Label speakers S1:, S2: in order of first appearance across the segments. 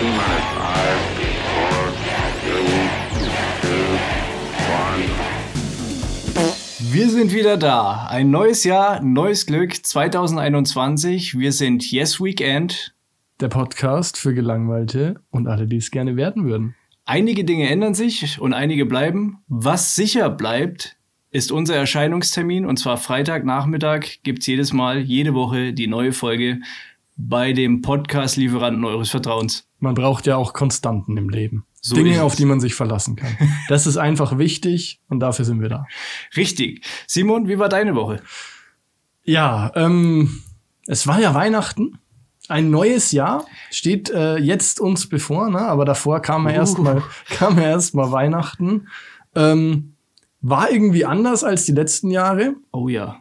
S1: minus five, four, three, two, one.
S2: Wir sind wieder da. Ein neues Jahr, neues Glück 2021. Wir sind Yes Weekend.
S3: Der Podcast für Gelangweilte und alle, die es gerne werden würden.
S2: Einige Dinge ändern sich und einige bleiben. Was sicher bleibt, ist unser Erscheinungstermin. Und zwar Freitagnachmittag gibt es jedes Mal, jede Woche die neue Folge bei dem Podcast-Lieferanten eures Vertrauens.
S3: Man braucht ja auch Konstanten im Leben.
S2: So ist es.
S3: Dinge, auf die man sich verlassen kann. Das ist einfach wichtig und dafür sind wir da.
S2: Richtig. Simon, wie war deine Woche?
S3: Ja, ähm, es war ja Weihnachten. Ein neues Jahr steht äh, jetzt uns bevor, ne? aber davor kam ja
S2: Uh.
S3: erstmal kam ja erstmal Weihnachten. Ähm, war irgendwie anders als die letzten Jahre,
S2: Oh ja.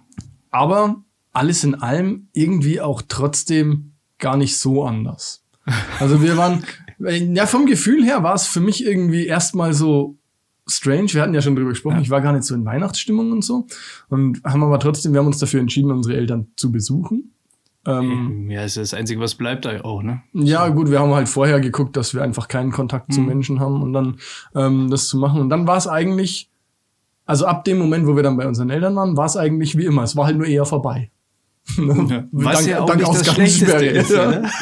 S3: aber alles in allem irgendwie auch trotzdem gar nicht so anders. Also wir waren, ja, vom Gefühl her war es für mich irgendwie erstmal so strange. Wir hatten ja schon drüber gesprochen. Ich war gar nicht so in Weihnachtsstimmung und so. Und haben aber trotzdem, wir haben uns dafür entschieden, unsere Eltern zu besuchen. Ähm,
S2: Hm, Ja, ist das Einzige, was bleibt da auch, ne?
S3: ja, gut, wir haben halt vorher geguckt, dass wir einfach keinen Kontakt zu Menschen haben und dann ähm, das zu machen. Und dann war es eigentlich, also ab dem Moment, wo wir dann bei unseren Eltern waren, war es eigentlich wie immer. Es war halt nur eher vorbei.
S2: Was
S3: Dank-
S2: ja auch
S3: dank
S2: nicht das
S3: Ausgangssperre.
S2: Schlechteste ist,
S3: Ja.
S2: ne?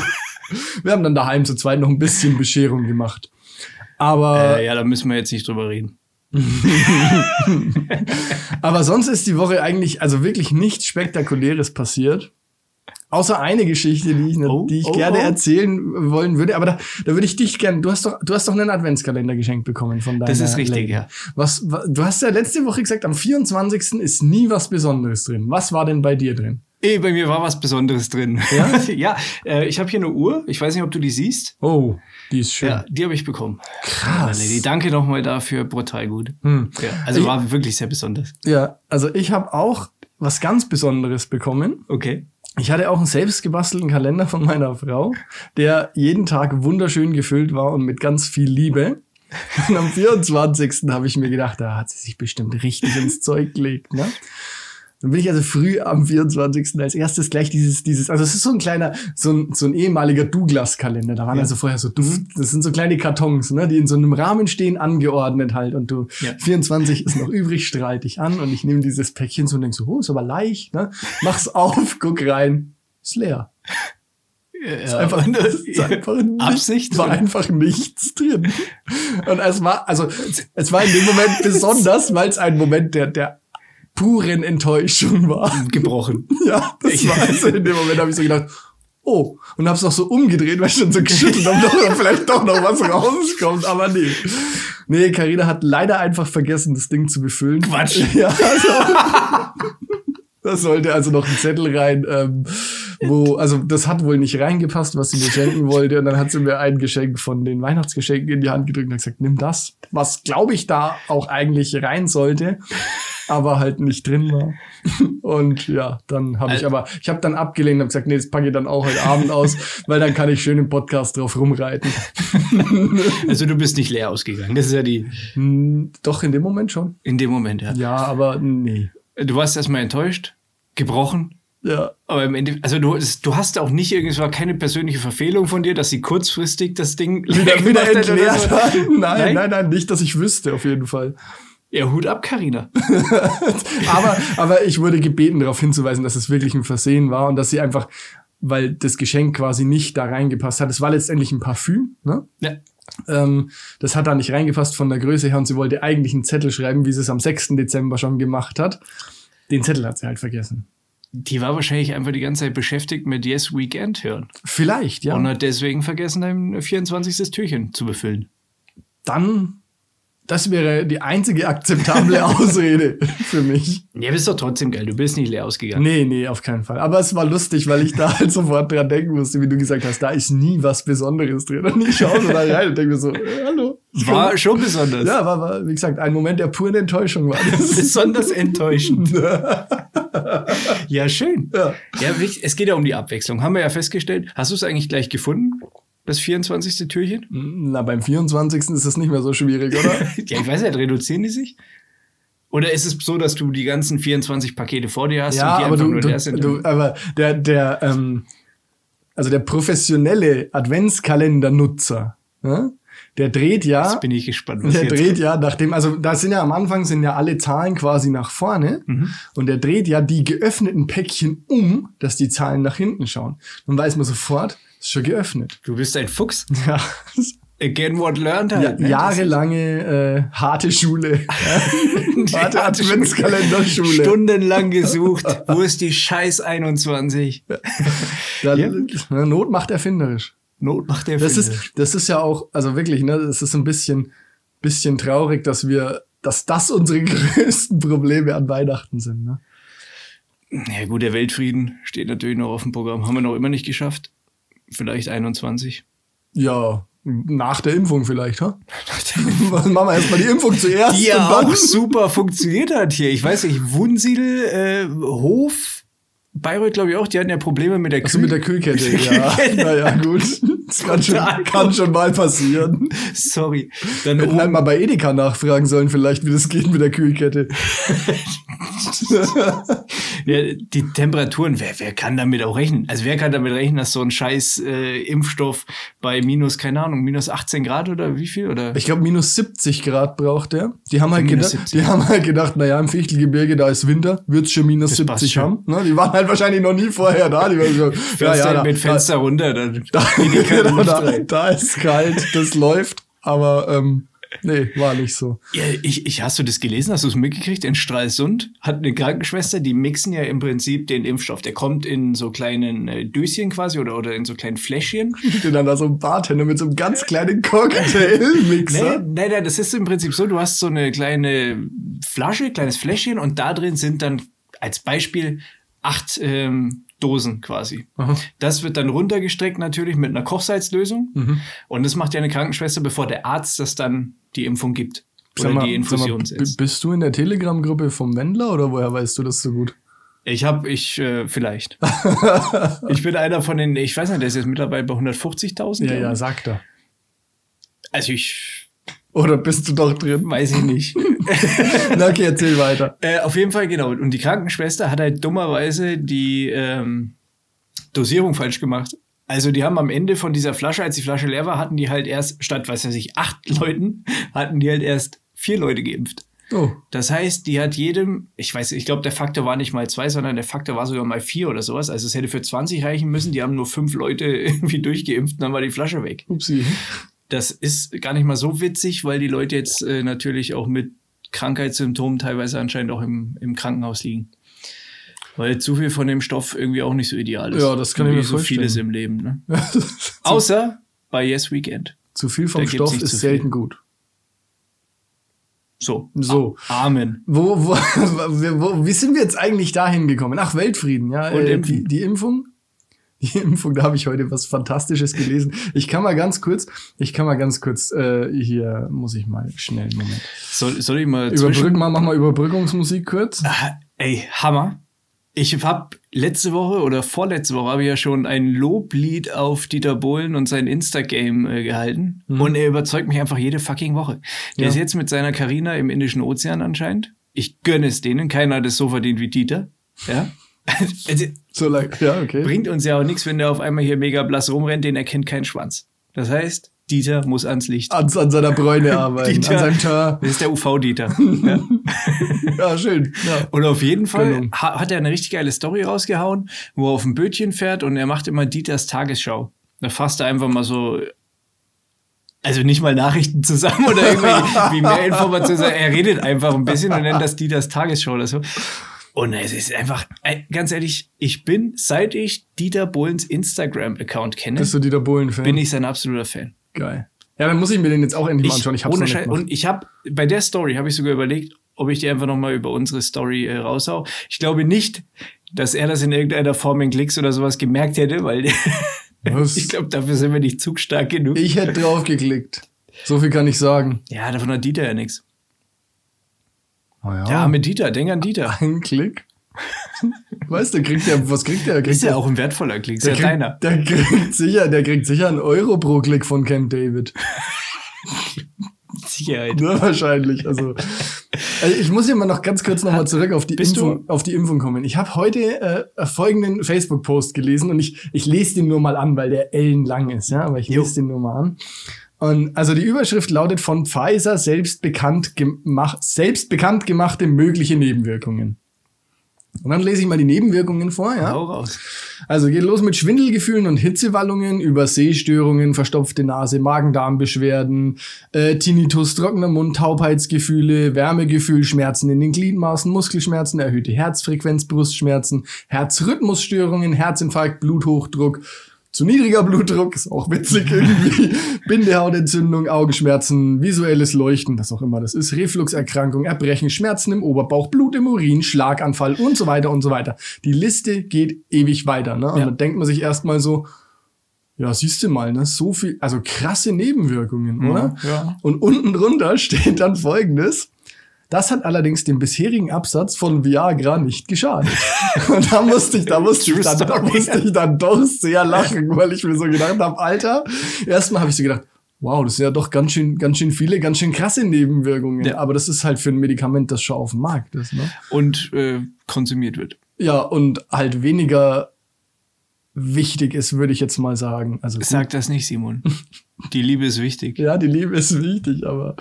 S3: Wir haben dann daheim zu zweit noch ein bisschen Bescherung gemacht. Aber,
S2: Äh, ja, da müssen wir jetzt nicht drüber reden.
S3: aber sonst ist die Woche eigentlich, also wirklich nichts Spektakuläres passiert. Außer eine Geschichte, die ich, ne-
S2: Oh,
S3: die ich
S2: oh,
S3: gerne
S2: oh.
S3: erzählen wollen würde. Aber da, da würde ich dich gerne, du hast doch, du hast doch einen Adventskalender geschenkt bekommen von deiner
S2: Das ist richtig,
S3: Lady.
S2: ja.
S3: Was, wa- du hast ja letzte Woche gesagt, am 24. ist nie was Besonderes drin. Was war denn bei dir drin?
S2: Eh, bei mir war was Besonderes drin.
S3: Ja?
S2: ja äh, ich habe hier eine Uhr. Ich weiß nicht, ob du die siehst.
S3: Oh, die ist schön.
S2: Ja, die habe ich bekommen.
S3: Krass.
S2: Lady, danke nochmal dafür. Brutal gut.
S3: Hm.
S2: Ja, also
S3: Ich-
S2: war wirklich sehr besonders.
S3: Ja, also ich habe auch was ganz Besonderes bekommen.
S2: Okay.
S3: Ich hatte auch einen selbstgebastelten Kalender von meiner Frau, der jeden Tag wunderschön gefüllt war und mit ganz viel Liebe. Und am 24. habe ich mir gedacht, da hat sie sich bestimmt richtig ins Zeug gelegt. Ne? Dann bin ich also früh am 24. als erstes gleich dieses, dieses, also es ist so ein kleiner, so ein, so ein ehemaliger Douglas-Kalender. Da waren also vorher so
S2: Mhm.
S3: Duft, das sind so kleine Kartons, ne, die in so einem Rahmen stehen, angeordnet halt. Und du,
S2: Ja.
S3: 24 ist noch übrig, strahl dich an. Und ich nehme dieses Päckchen so und denk so, oh, ist aber leicht, ne? Mach's auf, guck rein. Ist leer.
S2: Ist
S3: Ist einfach, ist einfach
S2: Äh,
S3: nichts-
S2: Absicht?
S3: War
S2: oder?
S3: einfach nichts drin. Und es war, also, es war in dem Moment besonders, weil es ein Moment der, der puren Enttäuschung war.
S2: gebrochen.
S3: Ja, das war also in dem Moment habe ich so gedacht, oh, und hab's noch so umgedreht, weil ich schon so geschüttelt habe, ob vielleicht doch noch was rauskommt, aber nee. Nee, Carina hat leider einfach vergessen, das Ding zu befüllen.
S2: Quatsch.
S3: Ja, also, da sollte also noch ein Zettel rein, ähm, wo, also das hat wohl nicht reingepasst, was sie mir schenken wollte. Und dann hat sie mir ein Geschenk von den Weihnachtsgeschenken in die Hand gedrückt und hat gesagt, nimm das, was glaube ich da auch eigentlich rein sollte, aber halt nicht drin war. Und ja, dann habe ich
S2: Also-
S3: aber, ich habe dann abgelehnt und gesagt, nee, das packe ich dann auch heute Abend aus, weil dann kann ich schön im Podcast drauf rumreiten.
S2: Also du bist nicht leer ausgegangen. Das ist ja die
S3: Hm, Doch in dem Moment schon.
S2: in dem Moment, ja.
S3: Ja, aber nee.
S2: Du warst erstmal enttäuscht, gebrochen.
S3: Ja.
S2: Aber im Endeffekt, also du, es- du hast auch nicht irgendwie, es war keine persönliche Verfehlung von dir, dass sie kurzfristig das Ding
S3: Wieder, wieder
S2: gemacht hat oder
S3: entleert.
S2: so.
S3: Nein, nein,
S2: Nein?
S3: nein, nicht, dass ich wüsste, auf jeden Fall.
S2: Ja, Hut ab, Karina.
S3: Aber, aber ich wurde gebeten, darauf hinzuweisen, dass es wirklich ein Versehen war und dass sie einfach, weil das Geschenk quasi nicht da reingepasst hat. Es war letztendlich ein Parfüm, ne?
S2: Ja.
S3: Ähm, das hat da nicht reingepasst von der Größe her und sie wollte eigentlich einen Zettel schreiben, wie sie es am 6. Dezember schon gemacht hat. Den Zettel hat sie halt vergessen.
S2: Die war wahrscheinlich einfach die ganze Zeit beschäftigt mit Yes Weekend hören
S3: Vielleicht, ja.
S2: und hat deswegen vergessen, dein 24. Türchen zu befüllen.
S3: dann, das wäre die einzige akzeptable Ausrede für mich.
S2: Ja, bist doch trotzdem geil. Du bist nicht leer ausgegangen.
S3: Nee, nee, auf keinen Fall. Aber es war lustig, weil ich da halt sofort dran denken musste, wie du gesagt hast, da ist nie was Besonderes drin. Und ich schaue so da rein und denke mir so, äh, hallo.
S2: War schon besonders.
S3: Ja, war, war, wie gesagt, ein Moment der puren Enttäuschung war das.
S2: Besonders enttäuschend. ja, schön.
S3: Ja.
S2: Ja, wichtig- es geht ja um die Abwechslung. Haben wir ja festgestellt. Hast du es eigentlich gleich gefunden? Das 24. Türchen?
S3: Na, beim 24. ist das nicht mehr so schwierig, oder?
S2: Ja, ich weiß nicht, reduzieren die sich? Oder ist es so, dass du die ganzen 24 Pakete vor dir hast
S3: ja,
S2: und die
S3: aber
S2: einfach
S3: du,
S2: nur
S3: du,
S2: leer sind?
S3: du, aber der, der, ähm, also der professionelle Adventskalendernutzer, ne? der dreht ja,
S2: Jetzt bin ich gespannt, was
S3: der
S2: jetzt
S3: dreht ja nach dem, also da sind ja am Anfang sind ja alle Zahlen quasi nach vorne
S2: Mhm.
S3: und der dreht ja die geöffneten Päckchen um, dass die Zahlen nach hinten schauen. Dann weiß man sofort, ist schon geöffnet.
S2: Du bist ein Fuchs.
S3: Ja,
S2: Again what learned
S3: ja
S2: halt. ne?
S3: jahrelange äh, harte Schule,
S2: Die
S3: harte
S2: hat schon
S3: Adventskalenderschule.
S2: Stundenlang gesucht. Wo ist die Scheiß 21?
S3: Da, ne, Not macht erfinderisch.
S2: Not macht der
S3: Das
S2: Finde.
S3: ist, das ist ja auch, also wirklich, ne, das ist ein bisschen, bisschen traurig, dass wir, dass das unsere größten Probleme an Weihnachten sind. Ne?
S2: Ja gut, der Weltfrieden steht natürlich noch auf dem Programm. Haben wir noch immer nicht geschafft. Vielleicht 21.
S3: Ja, nach der Impfung vielleicht, ha? Machen wir erstmal die Impfung zuerst
S2: Die ja auch super funktioniert hat hier. Ich weiß nicht, Wunsiedel, äh, Hof, Bayreuth glaube ich auch, die hatten ja Probleme mit der
S3: Also mit der Kühlkette, ja. Naja, gut. Das kann schon, kann schon mal passieren.
S2: Sorry. Dann
S3: Hätten halt mal bei Edeka nachfragen sollen, vielleicht, wie das geht mit der Kühlkette.
S2: Ja, die Temperaturen, wer, wer kann damit auch rechnen? Also wer kann damit rechnen, dass so ein scheiß äh, Impfstoff bei minus, keine Ahnung, minus 18 Grad oder wie viel? Oder
S3: Ich glaube, minus 70 Grad braucht der. Die haben halt,
S2: Minus
S3: gedacht,
S2: 70.
S3: die haben halt gedacht, naja, im Fichtelgebirge, da ist Winter, wird's schon minus
S2: Das passt
S3: 70
S2: schon.
S3: haben. Ne? Die waren halt wahrscheinlich noch nie vorher da. Die waren so, ja,
S2: fährst
S3: ja,
S2: halt
S3: da,
S2: mit Fenster runter, dann
S3: Da,
S2: geht die keine
S3: genau,
S2: Luft
S3: da,
S2: rein.
S3: da ist kalt, das läuft. Aber ähm, nee, war nicht so.
S2: Ja, ich, ich, hast du das gelesen? Hast du es mitgekriegt? In Stralsund hat eine Krankenschwester, die mixen ja im Prinzip den Impfstoff. Der kommt in so kleinen äh, Döschen quasi oder, oder in so kleinen Fläschchen.
S3: Die sind dann da so ein Bartender mit so einem ganz kleinen Cocktailmixer.
S2: Nee, nee, nee, das ist im Prinzip so, du hast so eine kleine Flasche, kleines Fläschchen und da drin sind dann als Beispiel acht ähm, Dosen quasi.
S3: Aha.
S2: Das wird dann runtergestreckt natürlich mit einer Kochsalzlösung
S3: Mhm.
S2: und das macht ja eine Krankenschwester, bevor der Arzt das dann die Impfung gibt oder die Infusion
S3: b-
S2: setzt.
S3: bist du in der Telegram-Gruppe vom Wendler oder woher weißt du das so gut?
S2: Ich habe, ich äh, vielleicht. ich bin einer von den, ich weiß nicht, der ist jetzt mittlerweile bei 150.000.
S3: Ja,
S2: glaub
S3: ja,
S2: ich.
S3: sag da.
S2: Also ich
S3: Oder bist du doch drin?
S2: weiß ich nicht.
S3: Na, okay, erzähl weiter.
S2: Äh, auf jeden Fall, genau. Und die Krankenschwester hat halt dummerweise die ähm, Dosierung falsch gemacht. Also die haben am Ende von dieser Flasche, als die Flasche leer war, hatten die halt erst, statt, was weiß ich, acht Leuten, hatten die halt erst vier Leute geimpft.
S3: Oh.
S2: Das heißt, die hat jedem, ich weiß, ich glaube, der Faktor war nicht mal zwei, sondern der Faktor war sogar mal vier oder sowas. Also es hätte für 20 reichen müssen, die haben nur fünf Leute irgendwie durchgeimpft und dann war die Flasche weg.
S3: Upsi.
S2: Das ist gar nicht mal so witzig, weil die Leute jetzt äh, natürlich auch mit Krankheitssymptomen teilweise anscheinend auch im, im Krankenhaus liegen. Weil zu viel von dem Stoff irgendwie auch nicht so ideal ist.
S3: Ja, das kann ich
S2: Wie
S3: mir
S2: so
S3: vorstellen.
S2: vieles im Leben. Ne? Außer bei Yes Weekend.
S3: Zu viel vom
S2: Da gibt's
S3: Stoff
S2: nicht
S3: ist
S2: zu viel.
S3: selten gut.
S2: So.
S3: So.
S2: A- Amen.
S3: Wo, wo, wir- wo, wie sind wir jetzt eigentlich dahin gekommen? Ach, Weltfrieden, ja.
S2: Und
S3: äh,
S2: Impfen.
S3: die, die Impfung? Die Impfung, da habe ich heute was Fantastisches gelesen. Ich kann mal ganz kurz, ich kann mal ganz kurz, äh, hier muss ich mal schnell, Moment.
S2: Soll, soll ich mal zwischen...
S3: Überbrücken mal, mach mal Überbrückungsmusik kurz.
S2: Ah, Ey, Hammer. Ich habe letzte Woche oder vorletzte Woche habe ich ja schon ein Loblied auf Dieter Bohlen und sein Instagame äh, gehalten. Und er überzeugt mich einfach jede fucking Woche. Der
S3: Ja.
S2: ist jetzt mit seiner Karina im Indischen Ozean anscheinend. Ich gönne es denen. Keiner hat es so verdient wie Dieter. Ja. Also,
S3: So lang. Ja, okay.
S2: bringt uns ja auch nichts, wenn der auf einmal hier mega blass rumrennt, den erkennt kein Schwanz. Das heißt, Dieter muss ans Licht.
S3: An, an seiner Bräune arbeiten,
S2: Dieter.
S3: an seinem Tar.
S2: Das ist der UV-Dieter. ja.
S3: Ja, schön. Ja.
S2: Und auf jeden Fall
S3: Gönnung.
S2: ha hat er eine richtig geile Story rausgehauen, wo er auf dem Bötchen fährt und er macht immer Dieters Tagesschau. Da fasst er einfach mal so, also nicht mal Nachrichten zusammen oder irgendwie wie mehr Informationen. Er redet einfach ein bisschen und nennt das Dieters Tagesschau oder so. Und es ist einfach, äh, ganz ehrlich, ich bin, seit ich Dieter Bohlens Instagram-Account kenne,
S3: Bist du Dieter Bohlen-Fan?
S2: bin ich sein absoluter Fan.
S3: Geil. Ja, dann muss ich mir den jetzt auch endlich mal
S2: Ich,
S3: anschauen. Ich hab's
S2: ohne
S3: noch
S2: Scheiß,
S3: nicht gemacht.
S2: und ich habe bei der Story habe ich sogar überlegt, ob ich die einfach noch mal über unsere Story äh, raushau. Ich glaube nicht, dass er das in irgendeiner Form in Klicks oder sowas gemerkt hätte, weil
S3: Was?
S2: ich glaube, dafür sind wir nicht zugstark genug.
S3: Ich hätte draufgeklickt. So viel kann ich sagen.
S2: ja, davon hat Dieter ja nichts.
S3: Oh
S2: Ja, mit Dieter, denk an Dieter.
S3: ein Klick. weißt du, kriegt der, was kriegt der? Kriegt
S2: Ist ja auch ein wertvoller Klick, ist ja
S3: der, kriegt,
S2: deiner.
S3: der kriegt sicher, der kriegt sicher einen Euro pro Klick von Camp David.
S2: Sicherheit.
S3: Ne, wahrscheinlich. Also, Also ich muss hier mal noch ganz kurz nochmal zurück auf die,
S2: Bist du-
S3: Impfung, auf die Impfung kommen. Ich habe heute äh, folgenden Facebook-Post gelesen und ich, ich lese den nur mal an, weil der ellenlang ist, ja, aber ich
S2: Jo.
S3: lese den nur mal an. Und also die Überschrift lautet von Pfizer selbst bekannt, gemacht, selbst bekannt gemachte mögliche Nebenwirkungen. Und dann lese ich mal die Nebenwirkungen vor, ja.
S2: Hau raus.
S3: Also geht los mit Schwindelgefühlen und Hitzewallungen, über Sehstörungen, verstopfte Nase, Magen-Darm-Beschwerden, äh, Tinnitus, trockener Mund, Taubheitsgefühle, Wärmegefühl, Schmerzen in den Gliedmaßen, Muskelschmerzen, erhöhte Herzfrequenz, Brustschmerzen, Herzrhythmusstörungen, Herzinfarkt, Bluthochdruck, zu niedriger Blutdruck, ist auch witzig irgendwie, Bindehautentzündung, Augenschmerzen, visuelles Leuchten, was auch immer das ist, Refluxerkrankung, Erbrechen, Schmerzen im Oberbauch, Blut im Urin, Schlaganfall und so weiter und so weiter. Die Liste geht ewig weiter. Ne? Und
S2: Ja.
S3: dann denkt man sich erstmal so, ja, siehst du mal, ne? so viel, also krasse Nebenwirkungen, oder?
S2: ja.
S3: Und unten drunter steht dann folgendes. Das hat allerdings dem bisherigen Absatz von Viagra nicht geschadet. Und da musste ich, da musste ich,
S2: True
S3: dann, da
S2: story.
S3: musste ich dann doch sehr lachen, weil ich mir so gedacht habe, Alter, erstmal habe ich so gedacht, wow, das sind ja doch ganz schön, ganz schön viele, ganz schön krasse Nebenwirkungen.
S2: Ja.
S3: Aber das ist halt für ein Medikament, das schon auf dem Markt ist, ne?
S2: Und äh, konsumiert wird.
S3: Ja, und halt weniger wichtig ist, würde ich jetzt mal sagen. Also, gut,
S2: Sag das nicht, Simon. Die Liebe ist wichtig.
S3: ja, die Liebe ist wichtig, aber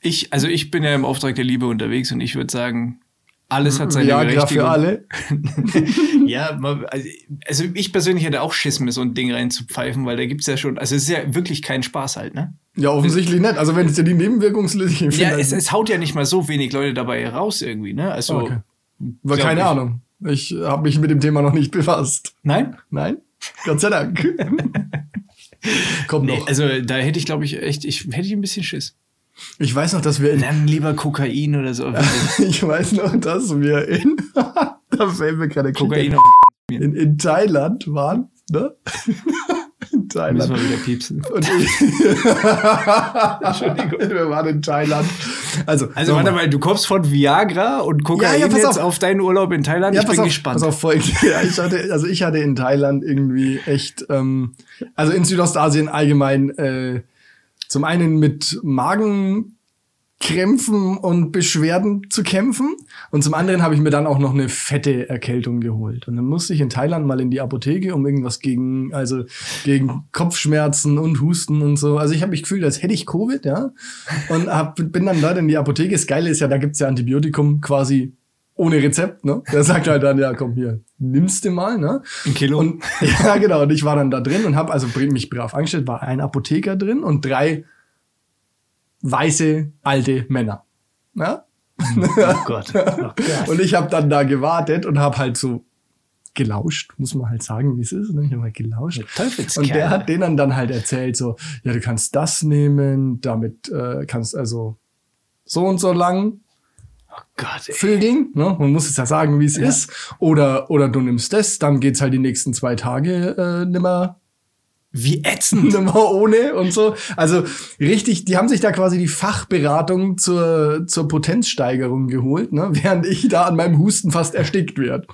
S2: Ich, also ich bin ja im Auftrag der Liebe unterwegs und ich würde sagen, alles hat seine
S3: Viagra
S2: Berechtigung.
S3: für alle.
S2: Ja, man- also also ich persönlich hätte auch Schiss, mir so ein Ding reinzupfeifen, weil da gibt's ja schon, also es ist ja wirklich kein Spaß halt, ne?
S3: Ja, offensichtlich nicht. Also wenn es dir die Nebenwirkungsliste gibt,
S2: Ja,
S3: dann-
S2: es, es haut ja nicht mal so wenig Leute dabei raus irgendwie, ne? Also,
S3: Okay. Aber
S2: glaub
S3: keine
S2: ich.
S3: Ahnung. Ich habe mich mit dem Thema noch nicht befasst.
S2: nein?
S3: Nein? Gott sei Dank. Kommt
S2: Nee,
S3: noch.
S2: also da hätte ich, glaube ich, echt, ich hätte ich ein bisschen Schiss.
S3: ich weiß noch, dass wir in,
S2: Dann lieber Kokain oder so.
S3: ich weiß noch, dass wir in da fällt mir gerade
S2: Kokain
S3: Kokain
S2: auf
S3: in, in Thailand waren, ne? in Thailand.
S2: müssen wir wieder piepsen.
S3: Und Entschuldigung, wir waren in Thailand. Also,
S2: Also
S3: nochmal.
S2: warte mal, du kommst von Viagra und Kokain
S3: Ja, ja, pass
S2: jetzt
S3: auf.
S2: auf deinen Urlaub in Thailand? ich
S3: pass
S2: bin
S3: auf,
S2: gespannt.
S3: Pass auf, folgende. Ja, ich hatte, also ich hatte in Thailand irgendwie echt, ähm, also in Südostasien allgemein, äh, zum einen mit Magenkrämpfen und Beschwerden zu kämpfen und zum anderen habe ich mir dann auch noch eine fette Erkältung geholt und dann musste ich in Thailand mal in die Apotheke um irgendwas gegen also gegen Kopfschmerzen und Husten und so also ich habe mich gefühlt als hätte ich Covid ja und hab, bin dann dort in die Apotheke das Geile ist ja da gibt's ja Antibiotikum quasi ohne Rezept, ne? Der sagt halt dann, ja, komm hier, nimmst du mal, ne?
S2: Ein Kilo.
S3: Und ja, genau. Und ich war dann da drin und habe also br- mich brav angestellt, war ein Apotheker drin und drei weiße alte Männer. Ne?
S2: oh Gott.
S3: Und ich habe dann da gewartet und habe halt so gelauscht, muss man halt sagen, wie es ist. Ne? Ich habe halt gelauscht.
S2: Teufelskerl.
S3: Und der hat denen dann halt erzählt, so, ja, du kannst das nehmen, damit äh, kannst also so und so lang
S2: oh Gott, ey.
S3: Vögeln, ne? man muss es ja sagen, wie es ist. Oder, oder du nimmst das, dann geht's halt die nächsten zwei Tage äh, nimmer,
S2: Wie ätzend.
S3: nimmer ohne und so. Also richtig, die haben sich da quasi die Fachberatung zur, zur Potenzsteigerung geholt, ne? während ich da an meinem Husten fast erstickt werd.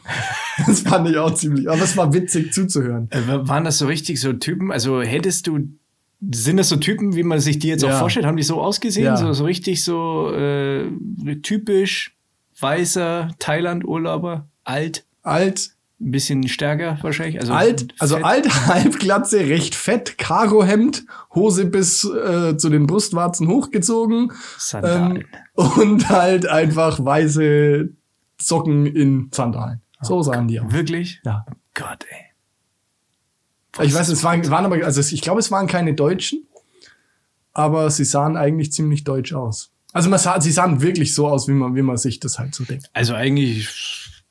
S3: Das fand ich auch ziemlich, aber es war witzig zuzuhören.
S2: Äh, wa- Waren das so richtig so Typen? Also hättest du, sind das so Typen, wie man sich die jetzt
S3: Ja.
S2: auch vorstellt? Haben die so ausgesehen?
S3: Ja.
S2: So, so richtig so äh, typisch weißer Thailand-Urlauber, alt,
S3: Alt,
S2: ein bisschen stärker wahrscheinlich. Also
S3: alt, also
S2: fett.
S3: alt, Halbglatze, recht fett, Karohemd, Hose bis äh, zu den Brustwarzen hochgezogen.
S2: Sandalen.
S3: Ähm, und halt einfach weiße Socken in Sandalen.
S2: Oh
S3: So sahen die aus.
S2: Wirklich?
S3: Ja.
S2: Gott, ey.
S3: Oh Ich weiß, es waren, waren aber, also ich glaube, es waren keine Deutschen, aber sie sahen eigentlich ziemlich deutsch aus. Also man sah, sie sahen wirklich so aus, wie man, wie man sich das halt so denkt.
S2: Also eigentlich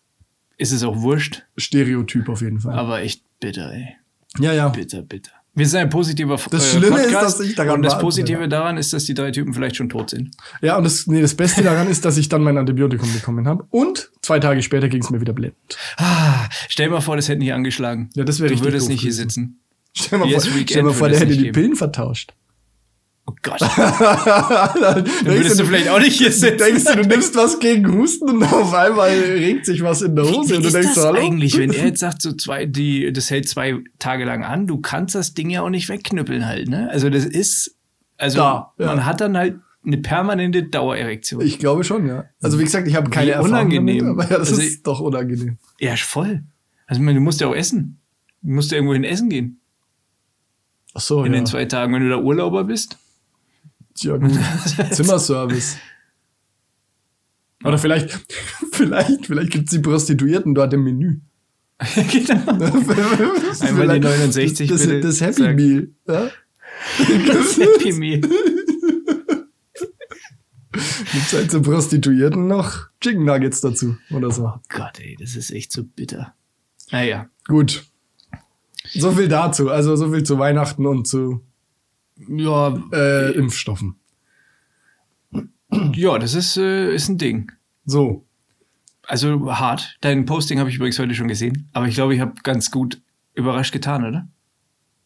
S2: ist es auch wurscht,
S3: Stereotyp auf jeden Fall.
S2: aber echt bitter, ey.
S3: Ja, ja.
S2: Bitter, bitter. Wir sind ein positiver äh,
S3: Das Schlimme ist,
S2: Podcast
S3: dass ich daran
S2: und das
S3: war-
S2: Positive daran ist, dass die drei Typen vielleicht schon tot sind.
S3: Ja, und das, nee, das Beste daran ist, dass ich dann mein Antibiotikum bekommen habe. Und zwei Tage später ging es mir wieder blendend.
S2: Ah, stell mal vor, das hätten hier angeschlagen.
S3: Ja, das wäre
S2: Du
S3: richtig
S2: würdest
S3: doof
S2: nicht hier
S3: gewesen.
S2: sitzen.
S3: Stell mal
S2: Yes,
S3: vor,
S2: Weekend
S3: stell mal vor der
S2: würdest
S3: hätte
S2: nicht
S3: die
S2: geben.
S3: Pillen vertauscht.
S2: Oh Gott. Dann
S3: dann
S2: würdest du vielleicht auch nicht hier sitzen.
S3: denkst du, du nimmst was gegen Husten und auf einmal regt sich was in der Hose und
S2: Wie
S3: du
S2: ist
S3: denkst,
S2: das
S3: so, hallo?
S2: eigentlich, wenn er jetzt sagt, so zwei, die, das hält zwei Tage lang an, du kannst das Ding ja auch nicht wegknüppeln halt, ne? Also das ist, also
S3: Da, ja.
S2: man hat dann halt eine permanente Dauererektion.
S3: Ich glaube schon, ja. Also wie gesagt, ich habe keine
S2: Wie
S3: Erfahrung
S2: unangenehm.
S3: damit, aber ja, das
S2: Also ich-
S3: ist doch unangenehm.
S2: ja, voll. Also ich meine, du musst ja auch essen. Du musst ja irgendwo hin essen gehen
S3: Ach so,
S2: in
S3: ja.
S2: den zwei Tagen, wenn du da Urlauber bist.
S3: ja gut. Zimmerservice. Oder vielleicht, vielleicht, vielleicht gibt's die Prostituierten dort im Menü.
S2: genau. die
S3: Einmal
S2: 69
S3: das,
S2: bitte.
S3: das Happy
S2: Sag.
S3: Meal. Ja?
S2: Das Happy Meal.
S3: Gibt's halt zu Prostituierten noch Chicken Nuggets dazu oder so.
S2: Gott, ey, das ist echt so bitter. Naja.
S3: Gut. So viel dazu. Also so viel zu Weihnachten und zu
S2: Ja,
S3: äh, Impfstoffen.
S2: ja, das ist, äh, ist ein Ding.
S3: So.
S2: Also hart. Dein Posting habe ich übrigens heute schon gesehen. Aber ich glaube, ich habe ganz gut überrascht getan, oder?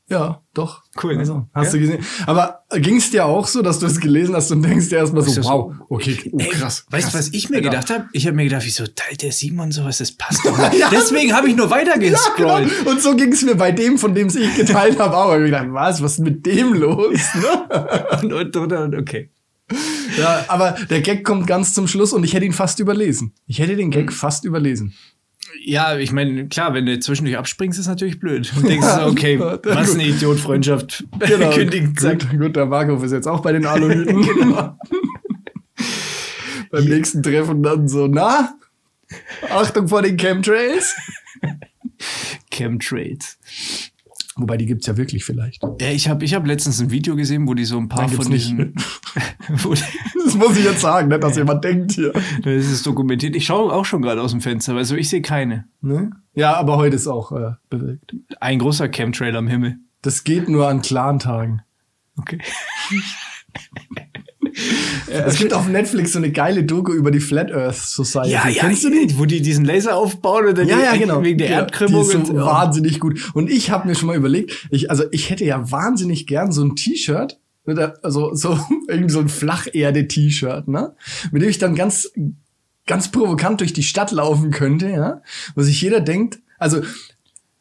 S3: Ja, doch.
S2: Cool, ne?
S3: Also,
S2: Ja.
S3: hast du gesehen. Aber ging es dir auch so, dass du es gelesen hast und denkst dir erstmal so,
S2: Ist das
S3: wow, okay, oh,
S2: Ey,
S3: krass.
S2: Weißt du,
S3: krass,
S2: was ich mir
S3: Alter.
S2: gedacht habe? Ich habe mir gedacht, wieso teilt der Simon sowas? Das passt doch nicht.
S3: Ja.
S2: Deswegen habe ich nur weiter
S3: Ja,
S2: gescrollt.
S3: genau. Und so ging es mir bei dem, von dem ich geteilt habe, auch. Ich hab gedacht, was, was ist mit dem los? Ne?
S2: Und, und, und, und, okay.
S3: ja, aber der Gag kommt ganz zum Schluss und ich hätte ihn fast überlesen. Ich hätte den Gag fast überlesen.
S2: Ja, ich meine, klar, wenn du zwischendurch abspringst, ist natürlich blöd. Und denkst so, okay,
S3: Ja, gut.
S2: was eine Idiotfreundschaft. Kündigen, zack.
S3: Genau. gut, gut, der Marco ist jetzt auch bei den Aluhüten. genau. Beim nächsten Treffen dann so, na? Achtung vor den Chemtrails.
S2: Chemtrails.
S3: Wobei, die gibt's ja wirklich vielleicht.
S2: Ja, ich habe ich hab letztens ein Video gesehen, wo die so ein paar
S3: Nein, gibt's
S2: von diesen. wo die,
S3: Das muss ich jetzt sagen, nicht, dass jemand denkt hier.
S2: das ist dokumentiert. Ich schaue auch schon gerade aus dem Fenster, also ich sehe keine.
S3: Ne? Ja, aber heute ist auch äh, bewölkt.
S2: Ein großer Chemtrail am Himmel.
S3: Das geht nur an klaren Tagen.
S2: Okay.
S3: Es gibt auf Netflix so eine geile Doku über die Flat Earth Society.
S2: Ja, ja,
S3: Kennst du die?
S2: Wo die diesen Laser aufbauen und dann
S3: Ja, ja,
S2: die-
S3: genau.
S2: wegen der
S3: ja,
S2: Erdkrümmung
S3: Die ist so
S2: und
S3: wahnsinnig gut. Und ich habe mir schon mal überlegt, ich, also ich hätte ja wahnsinnig gern so ein T-Shirt, mit der- also so irgendwie so ein Flacherde-T-Shirt, ne? Mit dem ich dann ganz, ganz provokant durch die Stadt laufen könnte, ja? Wo sich jeder denkt, also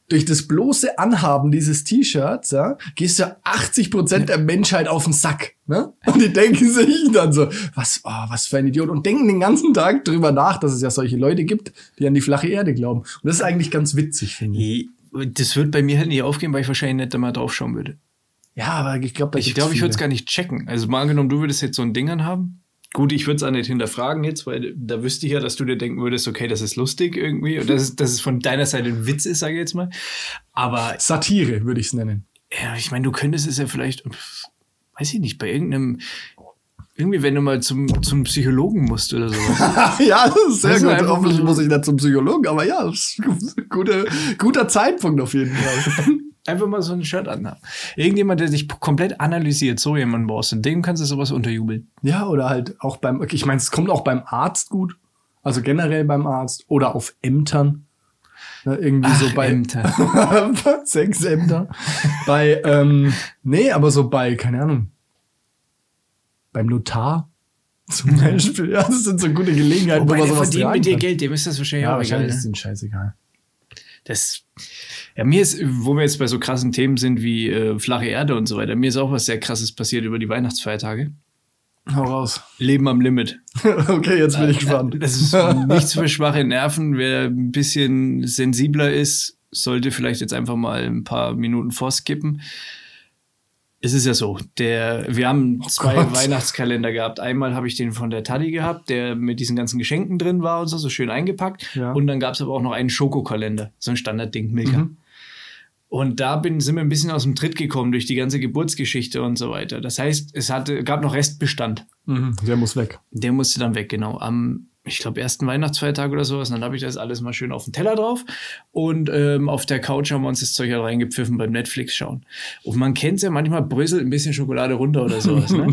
S3: durch das bloße Anhaben dieses T-Shirts, ja, gehst du 80 Prozent der Menschheit auf den Sack, ne? Und die denken sich dann so, was, oh, was für ein Idiot und denken den ganzen Tag drüber nach, dass es ja solche Leute gibt, die an die flache Erde glauben. Und das ist eigentlich ganz witzig, finde ich.
S2: Das wird bei mir halt nicht aufgehen, weil ich wahrscheinlich nicht da mal draufschauen würde.
S3: Ja, aber ich glaube, da
S2: Ich
S3: gibt's
S2: glaube, ich
S3: viele.
S2: würde es gar nicht checken. Also mal angenommen, du würdest jetzt so ein Ding anhaben. Gut, ich würde es auch nicht hinterfragen jetzt, weil da wüsste ich ja, dass du dir denken würdest, okay, das ist lustig irgendwie und dass es, dass es von deiner Seite ein Witz ist, sage ich jetzt mal. Aber
S3: Satire würde ich es nennen.
S2: ja, ich meine, du könntest es ja vielleicht, pf, weiß ich nicht, bei irgendeinem, irgendwie, wenn du mal zum, zum Psychologen musst oder sowas.
S3: ja, das ist sehr
S2: Das ist
S3: gut.
S2: einfach
S3: Hoffentlich
S2: so-
S3: muss ich da zum Psychologen, aber ja, das ist ein guter, guter Zeitpunkt auf jeden Fall.
S2: Einfach mal so ein Shirt anhaben. Irgendjemand, der dich komplett analysiert, so jemanden brauchst und dem kannst du sowas unterjubeln.
S3: Ja, oder halt auch beim, okay, ich meine, es kommt auch beim Arzt gut. Also generell beim Arzt oder auf Ämtern. Ne, irgendwie so bei
S2: Ämter.
S3: Sex Ämter. bei, ähm, nee, aber so bei, keine Ahnung. Beim Notar zum Beispiel. Ja, das sind so gute Gelegenheiten,
S2: Wobei,
S3: wo man
S2: der
S3: sowas
S2: verdient mit
S3: tragen
S2: dir
S3: kann.
S2: Geld, dem ist das wahrscheinlich
S3: Ja,
S2: auch egal.
S3: wahrscheinlich
S2: Ne?
S3: ist denen scheißegal.
S2: Das, ja, mir ist, wo wir jetzt bei so krassen Themen sind wie äh, flache Erde und so weiter, mir ist auch was sehr krasses passiert über die Weihnachtsfeiertage.
S3: Hau raus.
S2: Leben am Limit.
S3: okay, jetzt
S2: Äh,
S3: bin ich gespannt.
S2: Das ist nichts für schwache Nerven. Wer ein bisschen sensibler ist, sollte vielleicht jetzt einfach mal ein paar Minuten vorskippen. Es ist ja so, der, wir haben zwei
S3: Oh Gott.
S2: Weihnachtskalender gehabt. Einmal habe ich den von der Tadi gehabt, der mit diesen ganzen Geschenken drin war und so, so schön eingepackt.
S3: Ja.
S2: Und dann gab es aber auch noch einen Schokokalender, so ein Standardding, Milka.
S3: Mhm.
S2: Und da bin, sind wir ein bisschen aus dem Tritt gekommen durch die ganze Geburtsgeschichte und so weiter. Das heißt, es hatte, gab noch Restbestand.
S3: Mhm, der muss weg.
S2: Der musste dann weg, genau. Am, ich glaube, ersten Weihnachtsfeiertag oder sowas. Und dann habe ich das alles mal schön auf den Teller drauf. Und ähm, auf der Couch haben wir uns das Zeug halt reingepfiffen beim Netflix schauen. Und man kennt es ja manchmal, bröselt ein bisschen Schokolade runter oder sowas. Ne?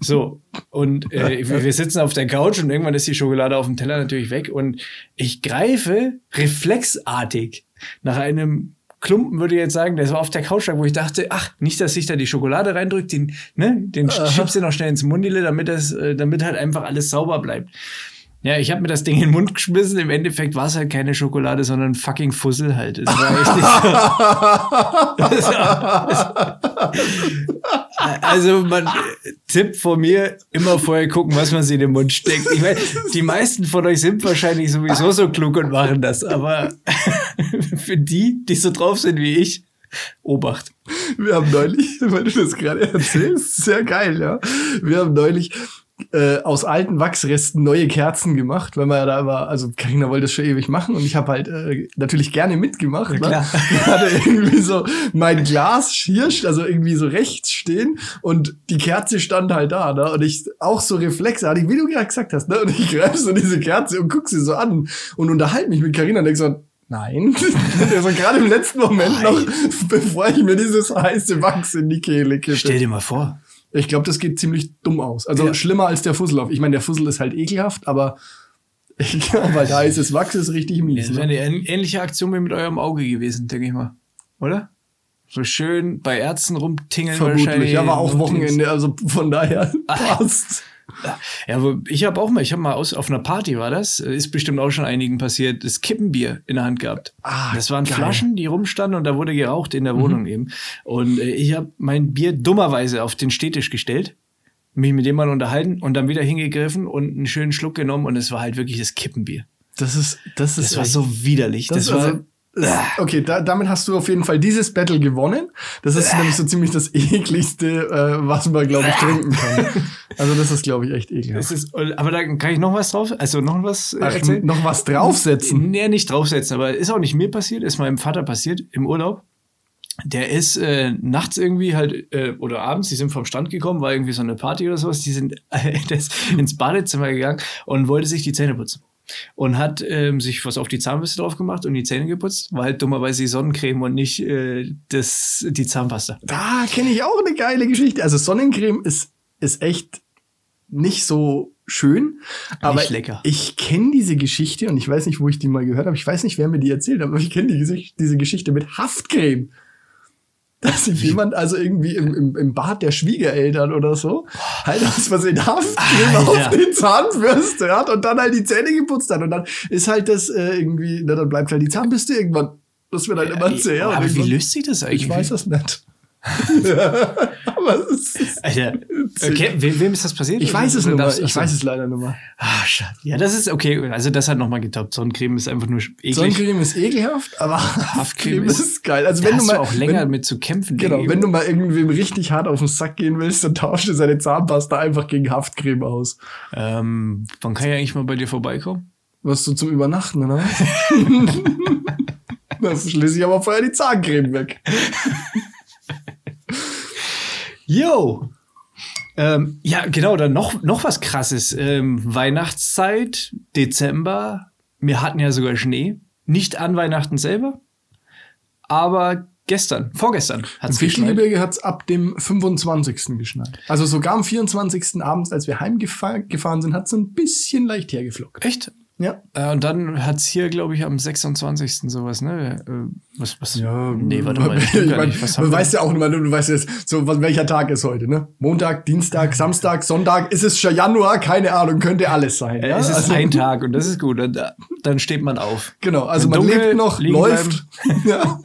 S2: so, und äh, wir wir sitzen auf der Couch und irgendwann ist die Schokolade auf dem Teller natürlich weg. Und ich greife reflexartig nach einem Klumpen, würde ich jetzt sagen, der so auf der Couch lag, wo ich dachte, ach, nicht, dass sich da die Schokolade reindrückt, den, ne, den schiebst du noch schnell ins Mundile, damit das, äh, damit halt einfach alles sauber bleibt. Ja, ich habe mir das Ding in den Mund geschmissen. Im Endeffekt war es halt keine Schokolade, sondern fucking Fussel halt. Es war echt nicht so. also man, Tipp von mir, immer vorher gucken, was man sich in den Mund steckt. Ich meine, die meisten von euch sind wahrscheinlich sowieso so klug und machen das, aber für die, die so drauf sind wie ich, Obacht.
S3: Wir haben neulich, weil du das gerade erzählst, sehr geil, ja. Wir haben neulich äh, aus alten Wachsresten neue Kerzen gemacht, weil man ja da war, also Karina wollte das schon ewig machen und ich habe halt äh, natürlich gerne mitgemacht.
S2: Ja, klar.
S3: Ne? Ich hatte irgendwie so mein Glas schier, also irgendwie so rechts stehen und die Kerze stand halt da, ne? Und ich auch so reflexartig, wie du gerade gesagt hast, ne? Und ich greife so diese Kerze und guck sie so an und unterhalte mich mit Karina und denk so, Nein. also gerade im letzten Moment noch, bevor ich mir dieses heiße Wachs in die Kehle kippe.
S2: Stell dir mal vor.
S3: Ich glaube, das geht ziemlich dumm aus. Also
S2: Ja.
S3: schlimmer als der Fussellauf. Ich meine, der Fussel ist halt ekelhaft, aber ich glaube, weil heißes Wachs ist richtig mies.
S2: Das wäre
S3: Ne?
S2: eine ähn- ähnliche Aktion wie mit eurem Auge gewesen, denke ich mal. Oder? So schön bei Ärzten rumtingeln
S3: Vermutlich.
S2: wahrscheinlich.
S3: Ja, war auch
S2: Und-
S3: Wochenende, also von daher passt.
S2: Ja, aber ich habe auch mal, ich habe mal aus, auf einer Party war das, äh, ist bestimmt auch schon einigen passiert, das Kippenbier in der Hand gehabt.
S3: Ah,
S2: das waren
S3: geil. Mhm.
S2: Flaschen, die rumstanden und da wurde geraucht in der Wohnung eben. Und äh, ich habe mein Bier dummerweise auf den Stehtisch gestellt, mich mit jemandem unterhalten und dann wieder hingegriffen und einen schönen Schluck genommen und es war halt wirklich das Kippenbier.
S3: Das ist, das ist,
S2: Das war so widerlich. Das,
S3: Das,
S2: war
S3: also, ist- okay, da, damit hast du auf jeden Fall dieses Battle gewonnen. Das ist nämlich so ziemlich das ekligste, äh, was man, glaube ich, trinken kann. Also das ist, glaube ich, echt
S2: Es
S3: ekelhaft.
S2: ist, aber da kann ich noch was drauf, also noch was äh,
S3: Ach,
S2: erzählen?
S3: noch was draufsetzen.
S2: Nee, nicht draufsetzen, aber ist auch nicht mir passiert, ist meinem Vater passiert im Urlaub. Der ist äh, nachts irgendwie halt, äh, oder abends, die sind vom Stand gekommen, war irgendwie so eine Party oder sowas, die sind äh, der ist ins Badezimmer gegangen und wollte sich die Zähne putzen. Und hat ähm, sich was auf die Zahnbürste drauf gemacht und die Zähne geputzt, war halt dummerweise die Sonnencreme und nicht äh, das, die Zahnpasta.
S3: Da kenne ich auch eine geile Geschichte. Also Sonnencreme ist, ist echt nicht so schön, aber
S2: lecker.
S3: ich kenne diese Geschichte und ich weiß nicht, wo ich die mal gehört habe. Ich weiß nicht, wer mir die erzählt hat, aber ich kenne die, Gesicht- diese Geschichte mit Haftcreme. Dass sich jemand also irgendwie im, im, im Bad der Schwiegereltern oder so halt aus Versehen Haftcreme auf
S2: Alter.
S3: die Zahnbürste hat und dann halt die Zähne geputzt hat und dann ist halt das äh, irgendwie, na, dann bleibt halt die Zahnbürste irgendwann. Das wird halt immer zäher. und
S2: Äh, aber wie
S3: irgendwann-
S2: löst sich das eigentlich?
S3: ich weiß das nicht. Aber es ist,
S2: Alter, okay, we- wem ist das passiert?
S3: ich weiß es
S2: Oder
S3: nicht mehr.
S2: darfst-
S3: Ich
S2: achso.
S3: weiß es leider nicht mehr.
S2: Ah, schade. Ja, das ist okay. Also das hat nochmal getoppt. Sonnencreme ist einfach nur sch- eklig.
S3: Sonnencreme ist ekelhaft, aber Haftcreme ist,
S2: ist-
S3: geil. Also
S2: da
S3: wenn
S2: hast
S3: du mal
S2: auch länger
S3: wenn,
S2: mit zu kämpfen.
S3: genau,
S2: denke ich.
S3: wenn du mal irgendwem richtig hart auf den Sack gehen willst, dann tauschst du seine Zahnpasta einfach gegen Haftcreme aus.
S2: ähm, wann kann ich eigentlich mal bei dir vorbeikommen?
S3: Was du zum Übernachten, oder? Dann schließe ich aber vorher die Zahncreme weg.
S2: Yo! Ähm, ja, genau, dann noch, noch was krasses. Ähm, Weihnachtszeit, Dezember. Wir hatten ja sogar Schnee. Nicht an Weihnachten selber, aber gestern, vorgestern hat
S3: Im
S2: es geschneit.
S3: Fichtelgebirge hat's ab dem 25. geschneit. Also sogar am 24. abends, als wir heimgefahren sind, hat's ein bisschen leicht hergeflockt.
S2: Echt?
S3: Ja.
S2: Äh, und dann hat's hier, glaube ich, am 26. sowas, ne? Äh, was, was?
S3: Ja,
S2: nee, warte mal. das
S3: Ich
S2: stimmt gar
S3: mein,
S2: nicht. Was haben
S3: man
S2: wir-
S3: weiß ja auch immer, du weißt jetzt, so, was, welcher Tag ist heute, ne? Montag, Dienstag, Samstag, Sonntag, ist es schon Januar? Keine Ahnung, könnte alles sein.
S2: Äh,
S3: ja?
S2: es ist
S3: also,
S2: ein Tag und das ist gut. Und, äh, dann steht man auf.
S3: genau, also man
S2: Wenn dunkel,
S3: lebt noch,
S2: liegen
S3: läuft. ja.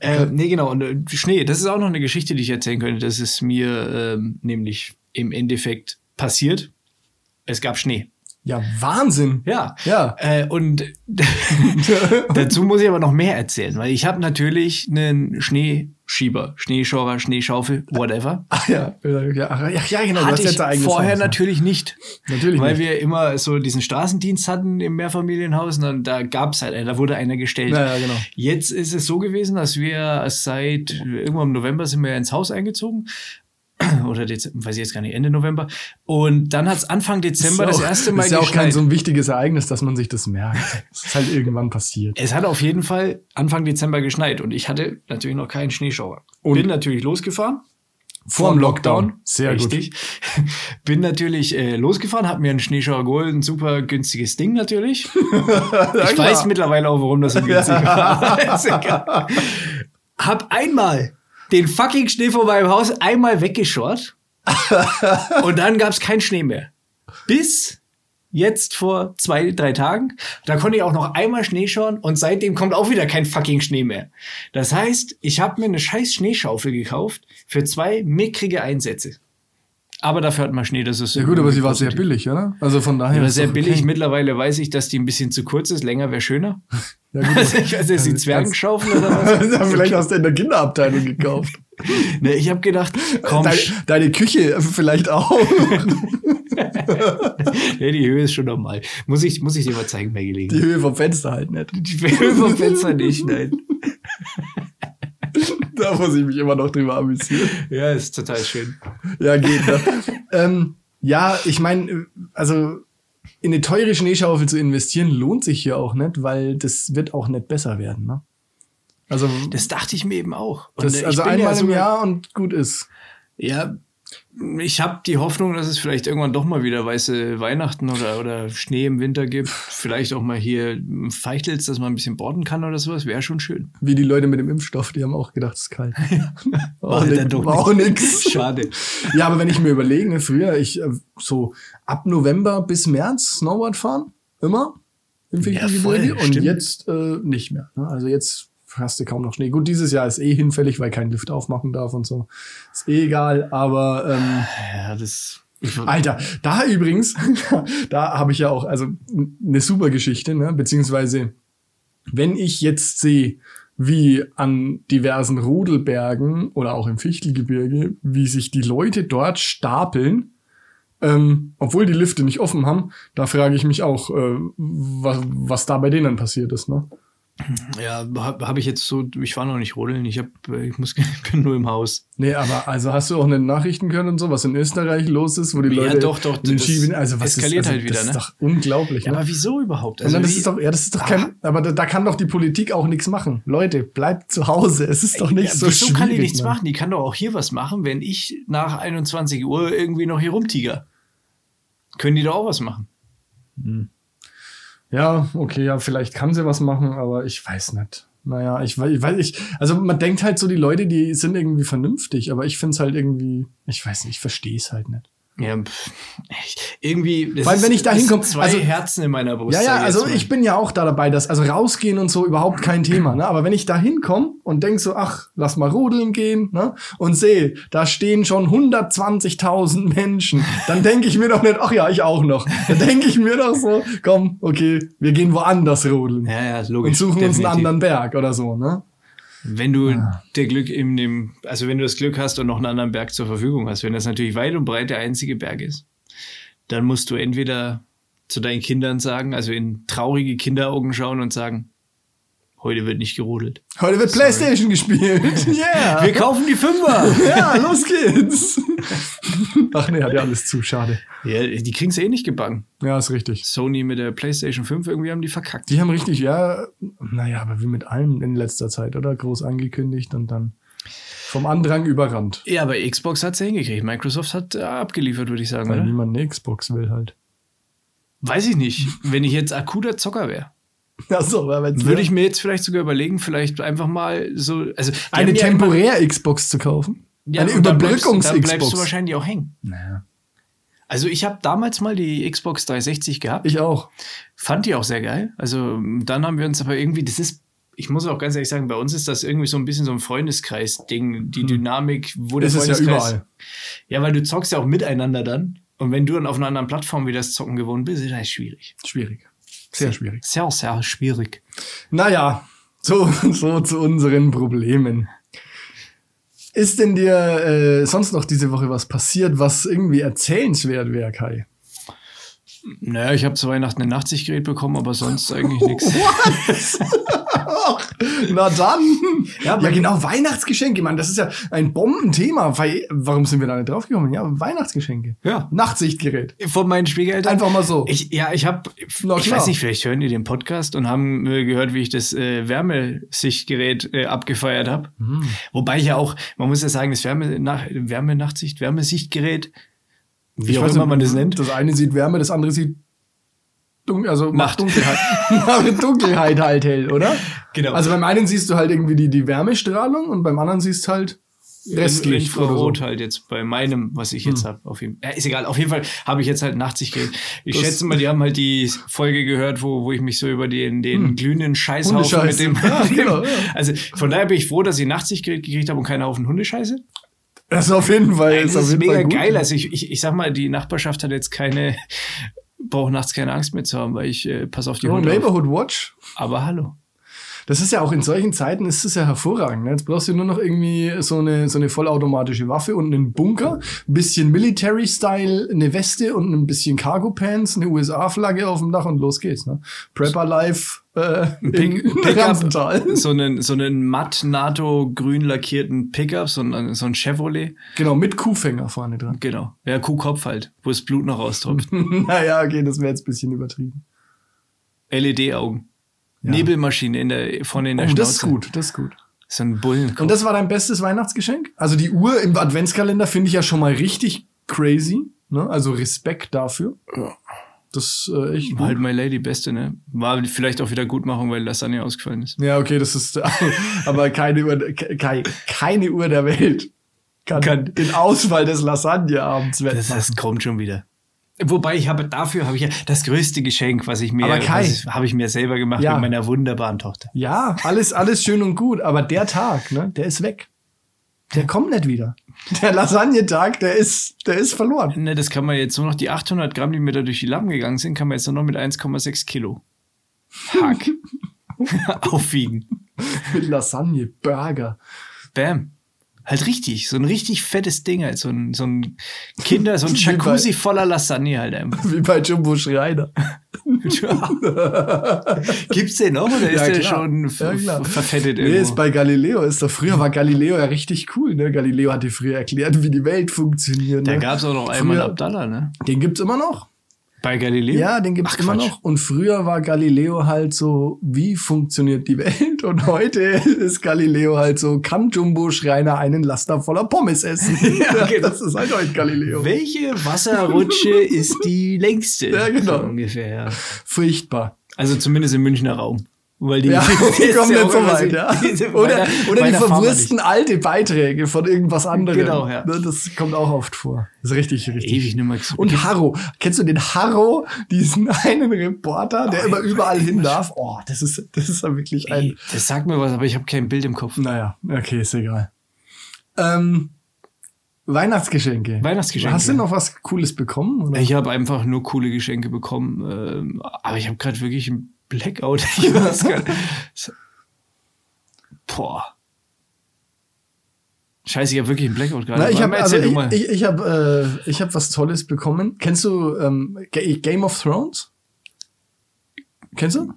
S2: Äh, nee, genau. Und äh, Schnee, das ist auch noch eine Geschichte, die ich erzählen könnte. Das ist mir ähm, nämlich im Endeffekt passiert. Es gab Schnee.
S3: ja, Wahnsinn.
S2: Ja.
S3: Ja.
S2: Äh, und dazu muss ich aber noch mehr erzählen, weil ich habe natürlich einen Schneeschieber, Schneeschauer, Schneeschaufel, whatever.
S3: Ach ja, ja, ach, ja, ja, genau,
S2: hatte ich
S3: dein eigenes
S2: vorher
S3: Haus, ne?
S2: natürlich nicht.
S3: Natürlich
S2: Weil
S3: nicht.
S2: wir immer so diesen Straßendienst hatten im Mehrfamilienhaus und dann, da gab es halt einen, da wurde einer gestellt.
S3: Ja, ja, genau.
S2: Jetzt ist es so gewesen, dass wir seit irgendwann im November sind wir ja ins Haus eingezogen. Oder Dezember, weiß ich jetzt gar nicht, Ende November. Und dann hat es Anfang Dezember
S3: Ist
S2: das
S3: auch-
S2: erste Mal
S3: Ist ja auch kein
S2: geschneit.
S3: so ein wichtiges Ereignis, dass man sich das merkt. Es ist halt irgendwann passiert.
S2: Es hat auf jeden Fall Anfang Dezember geschneit und ich hatte natürlich noch keinen Schneeschauer.
S3: Und-
S2: Bin natürlich losgefahren.
S3: Vor dem Lockdown. Sehr gut.
S2: richtig. Bin natürlich äh, losgefahren, hab mir einen Schneeschauer geholt, ein super günstiges Ding natürlich. ich weiß mittlerweile auch, warum das so günstig war. Ist egal. hab einmal den fucking Schnee vor meinem Haus einmal weggeschort und dann gab's keinen Schnee mehr. Bis jetzt vor zwei, drei Tagen. Da konnte ich auch noch einmal Schnee schauen und seitdem kommt auch wieder kein fucking Schnee mehr. Das heißt, ich habe mir eine scheiß Schneeschaufel gekauft für zwei mickrige Einsätze. Aber dafür hat man Schnee, das ist
S3: Ja gut, aber sie war sehr billig, oder? Also von daher.
S2: Die war
S3: ist
S2: sehr
S3: doch
S2: billig.
S3: okay.
S2: Mittlerweile weiß ich, dass die ein bisschen zu kurz ist. Länger wäre schöner.
S3: Ja, gut,
S2: Also ich weiß jetzt die Zwergenschaufel oder was?
S3: Ja, vielleicht hast du in der Kinderabteilung gekauft.
S2: Nee, ich habe gedacht, komm,
S3: Deine,
S2: sch-
S3: deine Küche vielleicht auch.
S2: nee, die Höhe ist schon normal. Muss ich, muss ich dir mal zeigen bei
S3: Die
S2: Gelegenheit.
S3: Höhe vom Fenster halt nicht.
S2: Die Höhe vom Fenster nicht, nein.
S3: Da muss ich mich immer noch drüber amüsieren.
S2: Ja, ist total schön.
S3: Ja, geht. Ne? ähm, ja, ich meine, also in eine teure Schneeschaufel zu investieren, lohnt sich hier auch nicht, weil das wird auch nicht besser werden. Ne? Also,
S2: Das dachte ich mir eben auch. Und,
S3: das,
S2: äh, ich
S3: also
S2: bin ja
S3: einmal im
S2: sogar-
S3: Jahr und gut ist.
S2: Ja, ich habe die Hoffnung, dass es vielleicht irgendwann doch mal wieder weiße Weihnachten oder, oder Schnee im Winter gibt. Vielleicht auch mal hier Feichtlitz, dass man ein bisschen borden kann oder sowas. Wäre schon schön.
S3: Wie die Leute mit dem Impfstoff, die haben auch gedacht, es ist kalt. War auch
S2: War
S3: nix-
S2: Oh, dann doch
S3: war auch
S2: nicht.
S3: nix.
S2: Schade.
S3: Ja, aber wenn ich mir überlege, ne, früher, ich äh, so ab November bis März Snowboard fahren, immer im Fichtengebirge
S2: voll,
S3: und
S2: stimmt.
S3: jetzt äh, nicht mehr. Ne? Also jetzt hast du kaum noch Schnee. Gut, dieses Jahr ist eh hinfällig, weil kein Lift aufmachen darf und so. Ist eh egal, aber ähm,
S2: Ja, das.
S3: Alter, da übrigens, da habe ich ja auch, also n- eine super Geschichte, ne? beziehungsweise wenn ich jetzt sehe, wie an diversen Rodelbergen oder auch im Fichtelgebirge, wie sich die Leute dort stapeln, ähm, obwohl die Lifte nicht offen haben, da frage ich mich auch, äh, was, was da bei denen passiert ist. Ne?
S2: Ja, habe hab ich jetzt so, ich war noch nicht rodeln, ich hab, äh, ich muss, ich bin nur im Haus.
S3: Nee, aber also hast du auch nicht Nachrichten können und so, was in Österreich los ist, wo die
S2: Ja,
S3: Leute
S2: doch, doch,
S3: in den
S2: das
S3: Schieben, also was
S2: eskaliert
S3: ist, also
S2: halt wieder,
S3: das
S2: ne?
S3: ist doch unglaublich.
S2: Ja,
S3: ne?
S2: aber wieso überhaupt?
S3: Also das
S2: wie-
S3: ist doch, ja, das ist doch kein, aber da, da kann doch die Politik auch nichts machen. Leute, bleibt zu Hause. Es ist doch nicht
S2: ja,
S3: so
S2: wieso
S3: schwierig.
S2: kann die nichts
S3: Mann.
S2: machen? Die kann doch auch hier was machen, wenn ich nach 21 Uhr irgendwie noch hier rumtiger. Können die doch auch was machen.
S3: Ja, okay, ja, vielleicht kann sie was machen, aber ich weiß nicht. Naja, ich weiß, ich weiß, ich, also man denkt halt so, die Leute, die sind irgendwie vernünftig, aber ich finde es halt irgendwie, ich weiß nicht, ich verstehe es halt nicht.
S2: Ja, pff, echt. irgendwie. das
S3: Vor allem,
S2: ist-
S3: wenn ich da
S2: das sind
S3: hinkomme,
S2: Zwei
S3: also-
S2: Herzen in meiner Brust.
S3: Ja,
S2: sag
S3: ja,
S2: jetzt
S3: also
S2: mal.
S3: ich bin ja auch da dabei, dass, also rausgehen und so überhaupt kein Thema, ne? Aber wenn ich da hinkomme und denk so, ach, lass mal rodeln gehen, ne? Und sehe, da stehen schon 120.000 Menschen, dann denke ich mir doch nicht, ach ja, ich auch noch. Dann denke ich mir doch so, komm, okay, wir gehen woanders rodeln.
S2: Ja, ja,
S3: und
S2: logisch.
S3: suchen uns einen
S2: definitiv.
S3: anderen Berg oder so, ne?
S2: Wenn du der Glück in dem, also wenn du das Glück hast und noch einen anderen Berg zur Verfügung hast, wenn das natürlich weit und breit der einzige Berg ist, dann musst du entweder zu deinen Kindern sagen, also in traurige Kinderaugen schauen und sagen, heute wird nicht gerodelt.
S3: Heute wird Playstation gespielt. Yeah!
S2: Wir kaufen die Fünfer!
S3: ja, los geht's! ach nee, hat ja alles zu, schade.
S2: ja, die kriegen es eh nicht gebacken.
S3: Ja, ist richtig.
S2: Sony mit der PlayStation 5, irgendwie haben die verkackt.
S3: Die haben richtig, ja, naja, aber wie mit allem in letzter Zeit, oder? Groß angekündigt und dann vom Andrang überrannt.
S2: Ja, aber Xbox hat es hingekriegt. Microsoft hat äh, abgeliefert, würde ich sagen,
S3: Weil
S2: oder?
S3: niemand eine Xbox will halt.
S2: Weiß ich nicht. Wenn ich jetzt akuter Zocker wäre.
S3: Achso, aber jetzt
S2: Würde ich mir jetzt vielleicht sogar überlegen, vielleicht einfach mal so. Also, die
S3: eine
S2: haben ja
S3: temporär Xbox zu kaufen?
S2: immer-
S3: eine
S2: und dann bleibst- Dann bleibst du
S3: Überbrückungs-Xbox.
S2: wahrscheinlich auch hängen.
S3: Naja.
S2: Also, ich habe damals mal die Xbox 360 gehabt.
S3: Ich auch.
S2: Fand die auch sehr geil. Also, m, dann haben wir uns aber irgendwie, das ist. Ich muss auch ganz ehrlich sagen, bei uns ist das irgendwie so ein bisschen so ein Freundeskreis-Ding. Die Dynamik, wo der
S3: Das Hm. ist ja
S2: Freundeskreis.
S3: überall.
S2: Ja, weil du zockst ja auch miteinander dann. Und wenn du dann auf einer anderen Plattform wie das Zocken gewohnt bist, ist das schwierig.
S3: Schwierig. Sehr schwierig.
S2: Sehr, sehr schwierig.
S3: Naja, so, so zu unseren Problemen. Ist denn dir äh, sonst noch diese Woche was passiert, was irgendwie erzählenswert wäre, Kai?
S2: Naja, ich habe zu Weihnachten ein Nachtsichtgerät bekommen, aber sonst eigentlich nichts.
S3: Na dann.
S2: Ja,
S3: Ja,
S2: aber-
S3: genau, Weihnachtsgeschenke, Mann. Das ist ja ein Bombenthema. Weil- Warum sind wir da nicht draufgekommen? Ja, Weihnachtsgeschenke.
S2: Ja.
S3: Nachtsichtgerät.
S2: Von meinen Schwiegereltern.
S3: Einfach mal so.
S2: Ich, ja, ich habe, ich
S3: Na klar.
S2: weiß nicht, vielleicht hören die den Podcast und haben äh, gehört, wie ich das äh, Wärmesichtgerät äh, abgefeiert habe.
S3: Mhm.
S2: Wobei ich ja auch, man muss ja sagen, das Wärme, nach, Wärmenachtsicht, Wärmesichtgerät, wie
S3: Ich
S2: auch
S3: weiß
S2: immer
S3: nicht,
S2: man das nennt.
S3: Das eine sieht Wärme, das andere sieht dunkel, also macht
S2: Nacht.
S3: Dunkelheit. macht Dunkelheit halt hell, oder?
S2: Genau.
S3: Also beim einen siehst du halt irgendwie die, die Wärmestrahlung und beim anderen siehst halt Restlicht
S2: Infrarot
S3: oder so. Hm.
S2: halt jetzt bei meinem, was ich jetzt habe. Auf jeden, äh, ist egal, auf jeden Fall habe ich jetzt halt Nachtsichtgerät. Ich
S3: Das-
S2: schätze mal, die haben halt die Folge gehört, wo, wo ich mich so über den, den glühenden Scheißhaufen
S3: Hundescheiß.
S2: mit dem,
S3: Hm. Ja, genau, ja.
S2: Also von daher bin ich froh, dass ich ein Nachtsichtgerät gekriegt habe und keinen Haufen Hundescheiße.
S3: Das ist auf jeden Fall.
S2: Das ist,
S3: auf jeden
S2: mega
S3: Fall gut.
S2: geil. Also ich, ich, ich sag mal, die Nachbarschaft hat jetzt keine, braucht nachts keine Angst mehr zu haben, weil ich äh, pass auf die
S3: Oh,
S2: Hunde auf.
S3: Neighborhood Watch.
S2: Aber hallo.
S3: Das ist ja auch in solchen Zeiten ist es ja hervorragend. ne? Jetzt brauchst du nur noch irgendwie so eine, so eine vollautomatische Waffe und einen Bunker, ein bisschen Military-Style, eine Weste und ein bisschen Cargo-Pants, eine USA-Flagge auf dem Dach und los geht's. Ne? Prepper Life äh,
S2: Pick-
S3: in
S2: Pickup.
S3: Ramsental.
S2: So einen, so einen matt NATO-grün lackierten Pickup, so ein, so ein Chevrolet.
S3: Genau, mit Kuhfänger vorne dran.
S2: Genau. Ja, Kuhkopf halt, wo das Blut noch
S3: Mhm.
S2: raustropft.
S3: naja, okay, das wäre jetzt ein bisschen übertrieben.
S2: LED-Augen.
S3: Ja.
S2: E Nebelmaschine in der, vorne in der
S3: Oh,
S2: Schnauze.
S3: das ist gut, das ist gut.
S2: So ein Bullenkopf.
S3: Und das war dein bestes Weihnachtsgeschenk? Also die Uhr im Adventskalender finde ich ja schon mal richtig crazy. Ne? Also Respekt dafür. Das äh, echt
S2: War
S3: gut.
S2: halt My Lady Beste, ne? War vielleicht auch wieder Gutmachung, weil Lasagne ausgefallen ist.
S3: Ja, okay, das ist aber keine Uhr, ke- keine Uhr der Welt kann,
S2: Kann-
S3: den Ausfall des Lasagne abends
S2: Das,
S3: wettmachen.
S2: das kommt schon wieder. Wobei ich habe dafür habe ich ja das größte Geschenk, was ich mir
S3: Aber Kai-
S2: was ich- habe ich mir selber gemacht
S3: Ja.
S2: mit meiner wunderbaren Tochter.
S3: Ja, alles, alles schön und gut, aber der Tag, ne, der ist weg. Der kommt nicht wieder. Der Lasagne-Tag, der ist, der ist verloren.
S2: Ne, das kann man jetzt nur noch die 800 Gramm, die mir da durch die Lappen gegangen sind, kann man jetzt nur noch mit 1,6 Kilo Hack aufwiegen.
S3: Mit Lasagne, Burger.
S2: Bam. Halt richtig, so ein richtig fettes Ding, halt. so ein, so ein Kinder, so ein
S3: Wie bei-
S2: Jacuzzi voller Lasagne halt einfach.
S3: Wie bei Jumbo Schreiner.
S2: Gibt's den noch oder ist der
S3: klar.
S2: schon
S3: Ja,
S2: ver
S3: klar.
S2: verfettet
S3: Nee,
S2: irgendwo?
S3: ist bei Galileo ist doch früher war Galileo ja richtig cool, ne? Galileo hatte früher erklärt, wie die Welt funktioniert.
S2: da
S3: ne?
S2: gab's auch noch einmal
S3: Früher-
S2: Abdallah, ne?
S3: Den gibt's immer noch.
S2: Bei Galileo?
S3: Ja, den gibt's
S2: Ach,
S3: immer
S2: Quatsch.
S3: noch. Und früher war Galileo halt so, wie funktioniert die Welt? Und heute ist Galileo halt so, kann Jumbo Schreiner einen Laster voller Pommes essen?
S2: Ja, genau.
S3: Das ist halt heute Galileo.
S2: Welche Wasserrutsche ist die längste?
S3: Ja, genau.
S2: So ungefähr, ja.
S3: Furchtbar.
S2: Also zumindest im Münchner Raum. Weil die,
S3: Ja, die kommen
S2: ja
S3: nicht so
S2: auch immer
S3: weit, ja.
S2: die sind bei
S3: Oder,
S2: der- bei
S3: oder die
S2: der Pharma
S3: verwursten alte Beiträge von irgendwas anderem.
S2: Genau, ja.
S3: Ne, Das kommt auch oft vor. Das ist richtig,
S2: nicht.
S3: richtig.
S2: Ewig nicht mehr gesehen.
S3: Und Harro. Kennst du den Harro, diesen einen Reporter, der immer überall hin darf? Oh, das ist, das ist ja wirklich ein.
S2: Oh, Ey, das sagt mir was, aber ich habe kein Bild im Kopf.
S3: Naja, okay, ist egal. Ähm, Weihnachtsgeschenke.
S2: Weihnachtsgeschenke.
S3: Hast du noch was Cooles bekommen? Oder?
S2: Ich habe einfach nur coole Geschenke bekommen. Ähm, aber ich habe gerade wirklich einen Blackout. Ich weiß gar nicht. So- Boah. Scheiße, ich habe wirklich einen Blackout gerade.
S3: Na, ich
S2: Warte
S3: habe
S2: mal,
S3: also,
S2: erzähl du
S3: ich,
S2: mal.
S3: ich, ich hab, äh, ich hab was Tolles bekommen. Kennst du ähm, Ga- Game of Thrones? Kennst du?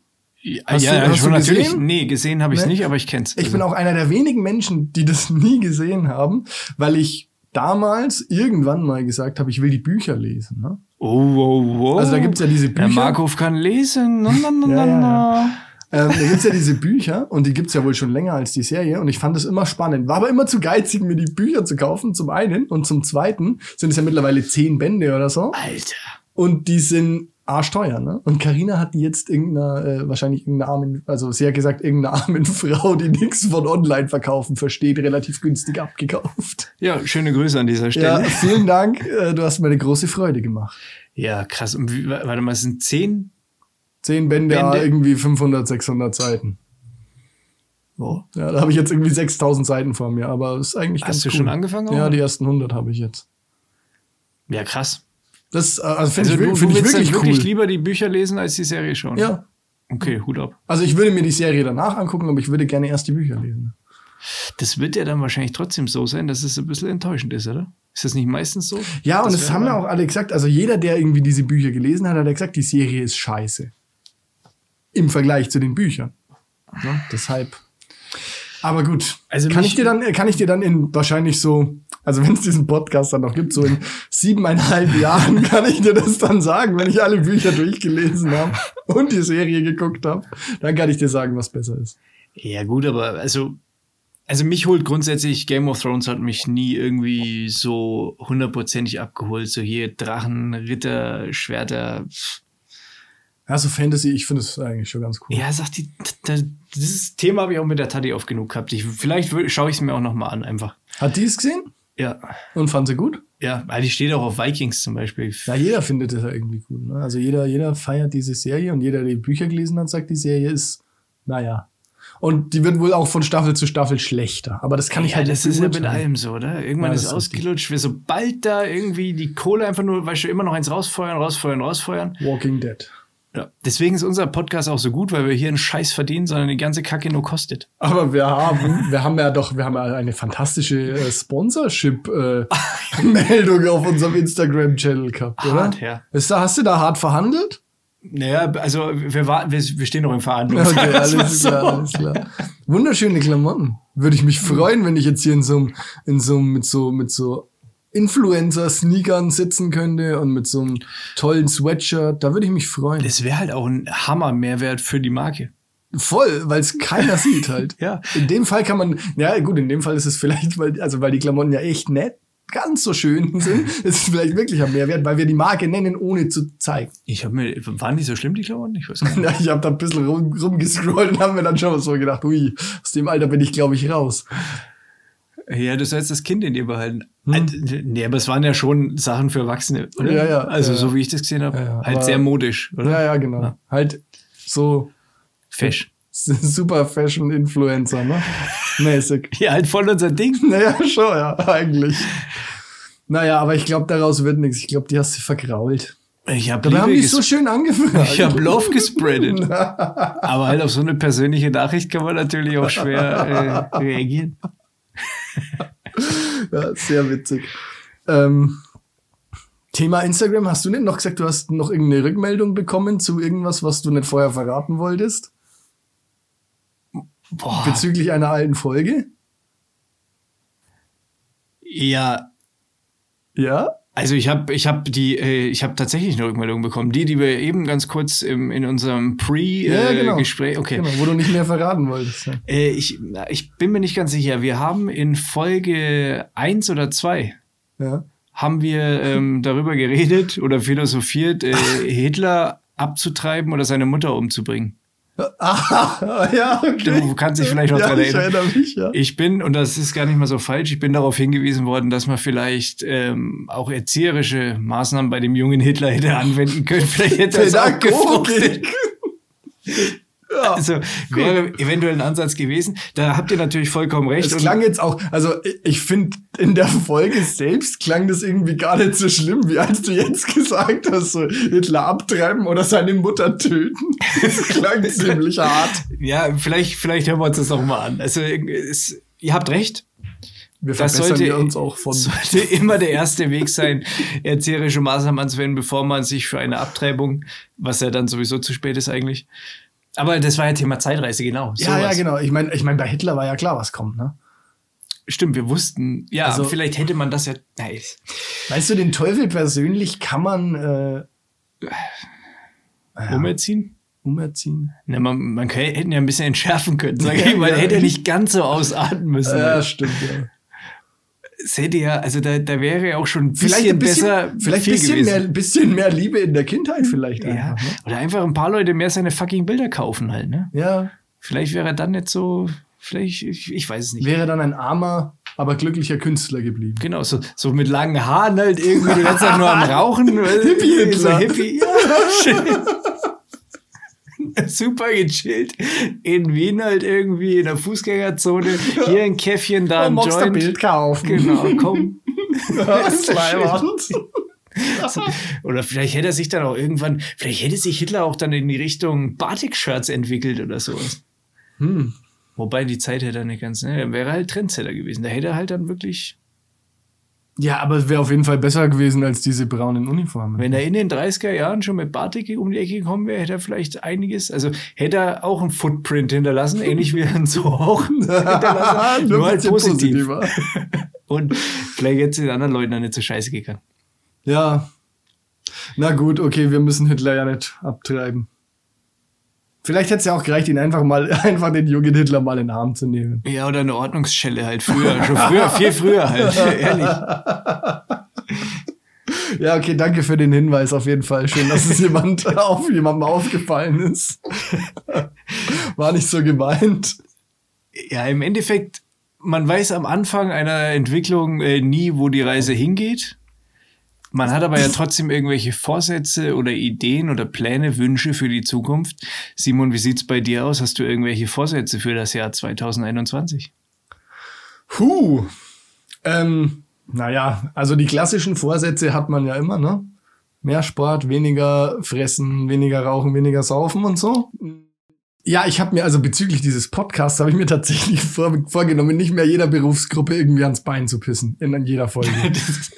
S3: hast
S2: ja,
S3: du-
S2: ja,
S3: hast
S2: schon
S3: du
S2: natürlich.
S3: gesehen?
S2: Nee, gesehen habe ich es
S3: Nee.
S2: nicht, aber ich kenn's.
S3: Ich bin auch einer der wenigen Menschen, die das nie gesehen haben, weil ich damals irgendwann mal gesagt habe, ich will die Bücher lesen. Ne?
S2: Oh, wow, wow.
S3: Also da gibt's ja diese
S2: Der
S3: Bücher.
S2: Markov kann lesen. Na, na, na,
S3: Ja,
S2: na,
S3: ja,
S2: na.
S3: Ähm, da gibt's ja diese Bücher und die gibt's ja wohl schon länger als die Serie und ich fand es immer spannend. War aber immer zu geizig, mir die Bücher zu kaufen, zum einen. Und zum zweiten sind es ja mittlerweile zehn Bände oder so.
S2: Alter.
S3: Und die sind arschteuer, ne? Und Karina hat die jetzt irgendeiner, äh, wahrscheinlich irgendeiner armen, also sie hat gesagt, irgendeiner armen Frau, die nichts von Online-Verkaufen versteht, relativ günstig abgekauft.
S2: Ja, schöne Grüße an dieser
S3: Ja,
S2: Stelle. Ja,
S3: vielen Dank. Äh, du hast mir eine große Freude gemacht.
S2: krass. Und wie, wa- warte mal, es sind zehn?
S3: Zehn Bände,
S2: Bände?
S3: ah, irgendwie 500, 600 Seiten.
S2: Oh.
S3: Ja, da habe ich jetzt irgendwie 6000 Seiten vor mir, aber ist eigentlich ganz
S2: Hast du
S3: cool.
S2: schon angefangen, oder?
S3: Ja, die ersten 100 habe ich jetzt.
S2: Ja, krass.
S3: Das äh, also
S2: Also
S3: finde ich,
S2: du,
S3: wir-
S2: du
S3: find ich
S2: willst
S3: wirklich
S2: wirklich,
S3: cool.
S2: wirklich lieber die Bücher lesen, als die Serie schauen?
S3: ja,
S2: Okay, Hut ab.
S3: also ich würde mir die Serie danach angucken, aber ich würde gerne erst die Bücher lesen.
S2: Das wird ja dann wahrscheinlich trotzdem so sein, dass es ein bisschen enttäuschend ist, oder? Ist das nicht meistens so?
S3: Ja, und
S2: Das
S3: das
S2: wär
S3: haben ja
S2: aber-
S3: auch alle gesagt. Also jeder, der irgendwie diese Bücher gelesen hat, hat ja gesagt, die Serie ist scheiße. Im Vergleich zu den Büchern. Ne? Deshalb. Aber gut.
S2: Also
S3: kann
S2: mich-
S3: ich dir dann, äh, kann ich dir dann in wahrscheinlich so, also wenn es diesen Podcast dann noch gibt, so in siebeneinhalb Jahren kann ich dir das dann sagen, wenn ich alle Bücher durchgelesen habe und die Serie geguckt habe, dann kann ich dir sagen, was besser ist.
S2: Ja, gut, aber also, also mich holt grundsätzlich, Game of Thrones hat mich nie irgendwie so hundertprozentig abgeholt. So hier Drachen, Ritter, Schwerter. pff.
S3: Ja, so Fantasy, ich finde es eigentlich schon ganz cool.
S2: Ja, sagt die, da, dieses Thema habe ich auch mit der Tati oft genug gehabt. Ich, vielleicht wür- schaue ich es mir auch nochmal an, einfach.
S3: Hat die es gesehen
S2: Ja,
S3: und fand sie gut?
S2: ja, weil die steht auch auf Vikings zum Beispiel.
S3: Ja, jeder findet das ja irgendwie gut. Ne? Also jeder, jeder feiert diese Serie und jeder, der die Bücher gelesen hat, sagt, die Serie ist, naja. Und die wird wohl auch von Staffel zu Staffel schlechter. Aber das kann ich
S2: ja,
S3: halt
S2: das ist ja mit
S3: beurteilen.
S2: allem so, oder? Irgendwann
S3: Ja,
S2: ist
S3: das
S2: es
S3: ist richtig.
S2: ausgelutscht. Wir sobald da irgendwie die Kohle einfach nur, weißt du, immer noch eins rausfeuern, rausfeuern, rausfeuern.
S3: Walking Dead.
S2: Ja. Deswegen ist unser Podcast auch so gut, weil wir hier einen Scheiß verdienen, sondern die ganze Kacke nur kostet.
S3: Aber wir haben, wir haben ja doch, wir haben ja eine fantastische äh, Sponsorship-Meldung auf unserem Instagram-Channel gehabt, oder?
S2: Hart, ja.
S3: Ist da, hast du da hart verhandelt?
S2: Naja, also wir, war, wir, wir stehen noch in Verhandlungen.
S3: Okay,
S2: sagen wir's mal
S3: alles klar, alles klar. Wunderschöne Klamotten. Würde ich mich freuen, wenn ich jetzt hier in so einem, in so einem, mit so, mit so Influencer-Sneakern sitzen könnte und mit so einem tollen Sweatshirt. Da würde ich mich freuen.
S2: Das wäre halt auch ein Hammer-Mehrwert für die Marke.
S3: Voll, weil es keiner sieht halt.
S2: Ja.
S3: In dem Fall kann man, ja gut, in dem Fall ist es vielleicht, weil, also weil die Klamotten ja echt nett ganz so schön sind, ist es vielleicht wirklich ein Mehrwert, weil wir die Marke nennen, ohne zu zeigen.
S2: Ich habe mir, waren die so schlimm, die Klamotten? Ich weiß gar nicht.
S3: Ja, ich habe da ein bisschen rum, rumgescrollt und habe mir dann schon so gedacht, ui, aus dem Alter bin ich, glaube ich, raus.
S2: Ja, du sollst das Kind in dir behalten. Äh, Nee, aber es waren ja schon Sachen für Erwachsene, oder?
S3: Ja, ja,
S2: Also,
S3: ja, ja.
S2: so wie ich das gesehen habe,
S3: Ja, ja,
S2: halt
S3: aber-
S2: sehr modisch, oder?
S3: Ja, ja, genau.
S2: Ja.
S3: Halt so
S2: Fesch.
S3: super Fashion-Influencer, ne? Mäßig.
S2: Ja, halt voll unser Ding.
S3: Naja, schon, ja, eigentlich. Naja, aber ich glaube, daraus wird nichts. Ich glaube, die hast du vergrault.
S2: Ich habe
S3: Dabei haben
S2: Liebe
S3: die so
S2: ges-
S3: schön angefangen.
S2: ich hab Love gespreadet. Aber halt auf so eine persönliche Nachricht kann man natürlich auch schwer äh, reagieren.
S3: Ja, sehr witzig. Ähm, Thema Instagram, hast du nicht noch gesagt, du hast noch irgendeine Rückmeldung bekommen zu irgendwas, was du nicht vorher verraten wolltest?
S2: Boah.
S3: Bezüglich einer alten Folge?
S2: Ja,
S3: Ja?
S2: Also ich habe ich hab die äh, ich habe tatsächlich eine Rückmeldung bekommen, die die wir eben ganz kurz im, in unserem
S3: Ja,
S2: Pre-Gespräch. äh,
S3: genau.
S2: Gespräch- Okay,
S3: Genau, wo du nicht mehr verraten wolltest. ne?
S2: äh, ich ich bin mir nicht ganz sicher. Wir haben in Folge 1 oder 2
S3: Ja.
S2: haben wir ähm, darüber geredet oder philosophiert, äh, Hitler abzutreiben oder seine Mutter umzubringen.
S3: Ah, ja, okay.
S2: Du kannst dich vielleicht noch
S3: ja,
S2: dran
S3: ich
S2: erinnern.
S3: erinnere mich, ja.
S2: Ich bin, und das ist gar nicht mal so falsch, ich bin darauf hingewiesen worden, dass man vielleicht ähm, auch erzieherische Maßnahmen bei dem jungen Hitler hätte anwenden können. Vielleicht hätte er es auch gefruchtet.
S3: ja.
S2: Also wäre eventuell ein Ansatz gewesen. Da habt ihr natürlich vollkommen recht.
S3: Es klang jetzt auch, also ich- ich finde, in der Folge selbst klang das irgendwie gar nicht so schlimm, wie als du jetzt gesagt hast, so Hitler abtreiben oder seine Mutter töten. Das klang ziemlich hart.
S2: ja, vielleicht, vielleicht hören wir uns das nochmal an. Also es, ihr habt recht.
S3: Wir
S2: Das
S3: verbessern
S2: sollte,
S3: wir uns auch von.
S2: sollte immer der erste Weg sein, erzieherische Maßnahmen anzuwenden, bevor man sich für eine Abtreibung, was ja dann sowieso zu spät ist eigentlich. Aber das war ja Thema Zeitreise, genau.
S3: ja, ja,
S2: sowas.
S3: genau. Ich meine, ich mein, bei Hitler war ja klar, was kommt, ne?
S2: Stimmt, wir wussten. Ja,
S3: Also-
S2: aber vielleicht hätte man das ja. Nein.
S3: Weißt du, den Teufel persönlich kann man äh,
S2: Umerziehen?
S3: umerziehen.
S2: Na, man, man kann, hätten ja ein bisschen entschärfen können, sag
S3: Ja,
S2: ich mal.
S3: ja.
S2: Hätte ja nicht ganz so ausatmen müssen.
S3: Ja, stimmt, ja.
S2: Es hätte ja, also da, da wäre ja auch schon ein bisschen,
S3: Vielleicht ein bisschen,
S2: besser.
S3: vielleicht ein
S2: viel
S3: bisschen
S2: gewesen.
S3: mehr, bisschen mehr Liebe in der Kindheit vielleicht
S2: Ja.
S3: einfach.
S2: Oder einfach ein paar Leute mehr seine fucking Bilder kaufen halt, ne?
S3: Ne? Ja,
S2: Vielleicht wäre er dann nicht so. Vielleicht, ich, ich weiß es nicht.
S3: wäre dann ein armer, aber glücklicher Künstler geblieben.
S2: Genau, so, so mit langen Haaren halt irgendwie die ganze Zeit nur am Rauchen.
S3: Hippie-Hitler.
S2: So Hippie. Ja, shit. Super gechillt. In Wien halt irgendwie in der Fußgängerzone. Hier ein Käffchen,
S3: Oh,
S2: da ein Joint.
S3: kaufen?
S2: Genau, komm.
S3: Das
S2: ist
S3: Leihwand.
S2: Oder vielleicht hätte er sich dann auch irgendwann, vielleicht hätte sich Hitler auch dann in die Richtung Batik-Shirts entwickelt oder sowas.
S3: Hm.
S2: Wobei die Zeit hätte er nicht ganz, ne, dann wäre er halt Trendsetter gewesen. Da hätte er halt dann wirklich,
S3: Ja, aber es wäre auf jeden Fall besser gewesen als diese braunen Uniformen.
S2: wenn er in den 30er Jahren schon mit Batik um die Ecke gekommen wäre, hätte er vielleicht einiges, also hätte er auch einen Footprint hinterlassen, ähnlich wie er so auch hinterlassen, nur halt positiv. Und vielleicht hätte es den anderen Leuten dann nicht so scheiße gegangen.
S3: Ja. Na gut, okay, wir müssen Hitler ja nicht abtreiben. Vielleicht hätte es ja auch gereicht, ihn einfach mal, einfach den jungen Hitler mal in den Arm zu nehmen.
S2: Ja, oder eine Ordnungsschelle halt früher, schon früher, viel früher halt, ehrlich.
S3: Ja, okay, danke für den Hinweis auf jeden Fall. Schön, dass es jemand auf, jemandem aufgefallen ist. War nicht so gemeint.
S2: Ja, im Endeffekt, man weiß am Anfang einer Entwicklung äh, nie, wo die Reise hingeht. Man hat aber ja trotzdem irgendwelche Vorsätze oder Ideen oder Pläne, Wünsche für die Zukunft. Simon, wie sieht's bei dir aus? Hast du irgendwelche Vorsätze für das Jahr 2021?
S3: Puh. Ähm, naja, also die klassischen Vorsätze hat man ja immer, ne? Mehr Sport, weniger fressen, weniger rauchen, weniger saufen und so. Ja, ich habe mir also bezüglich dieses Podcasts habe ich mir tatsächlich vor, vorgenommen, nicht mehr jeder Berufsgruppe irgendwie ans Bein zu pissen in, in jeder Folge.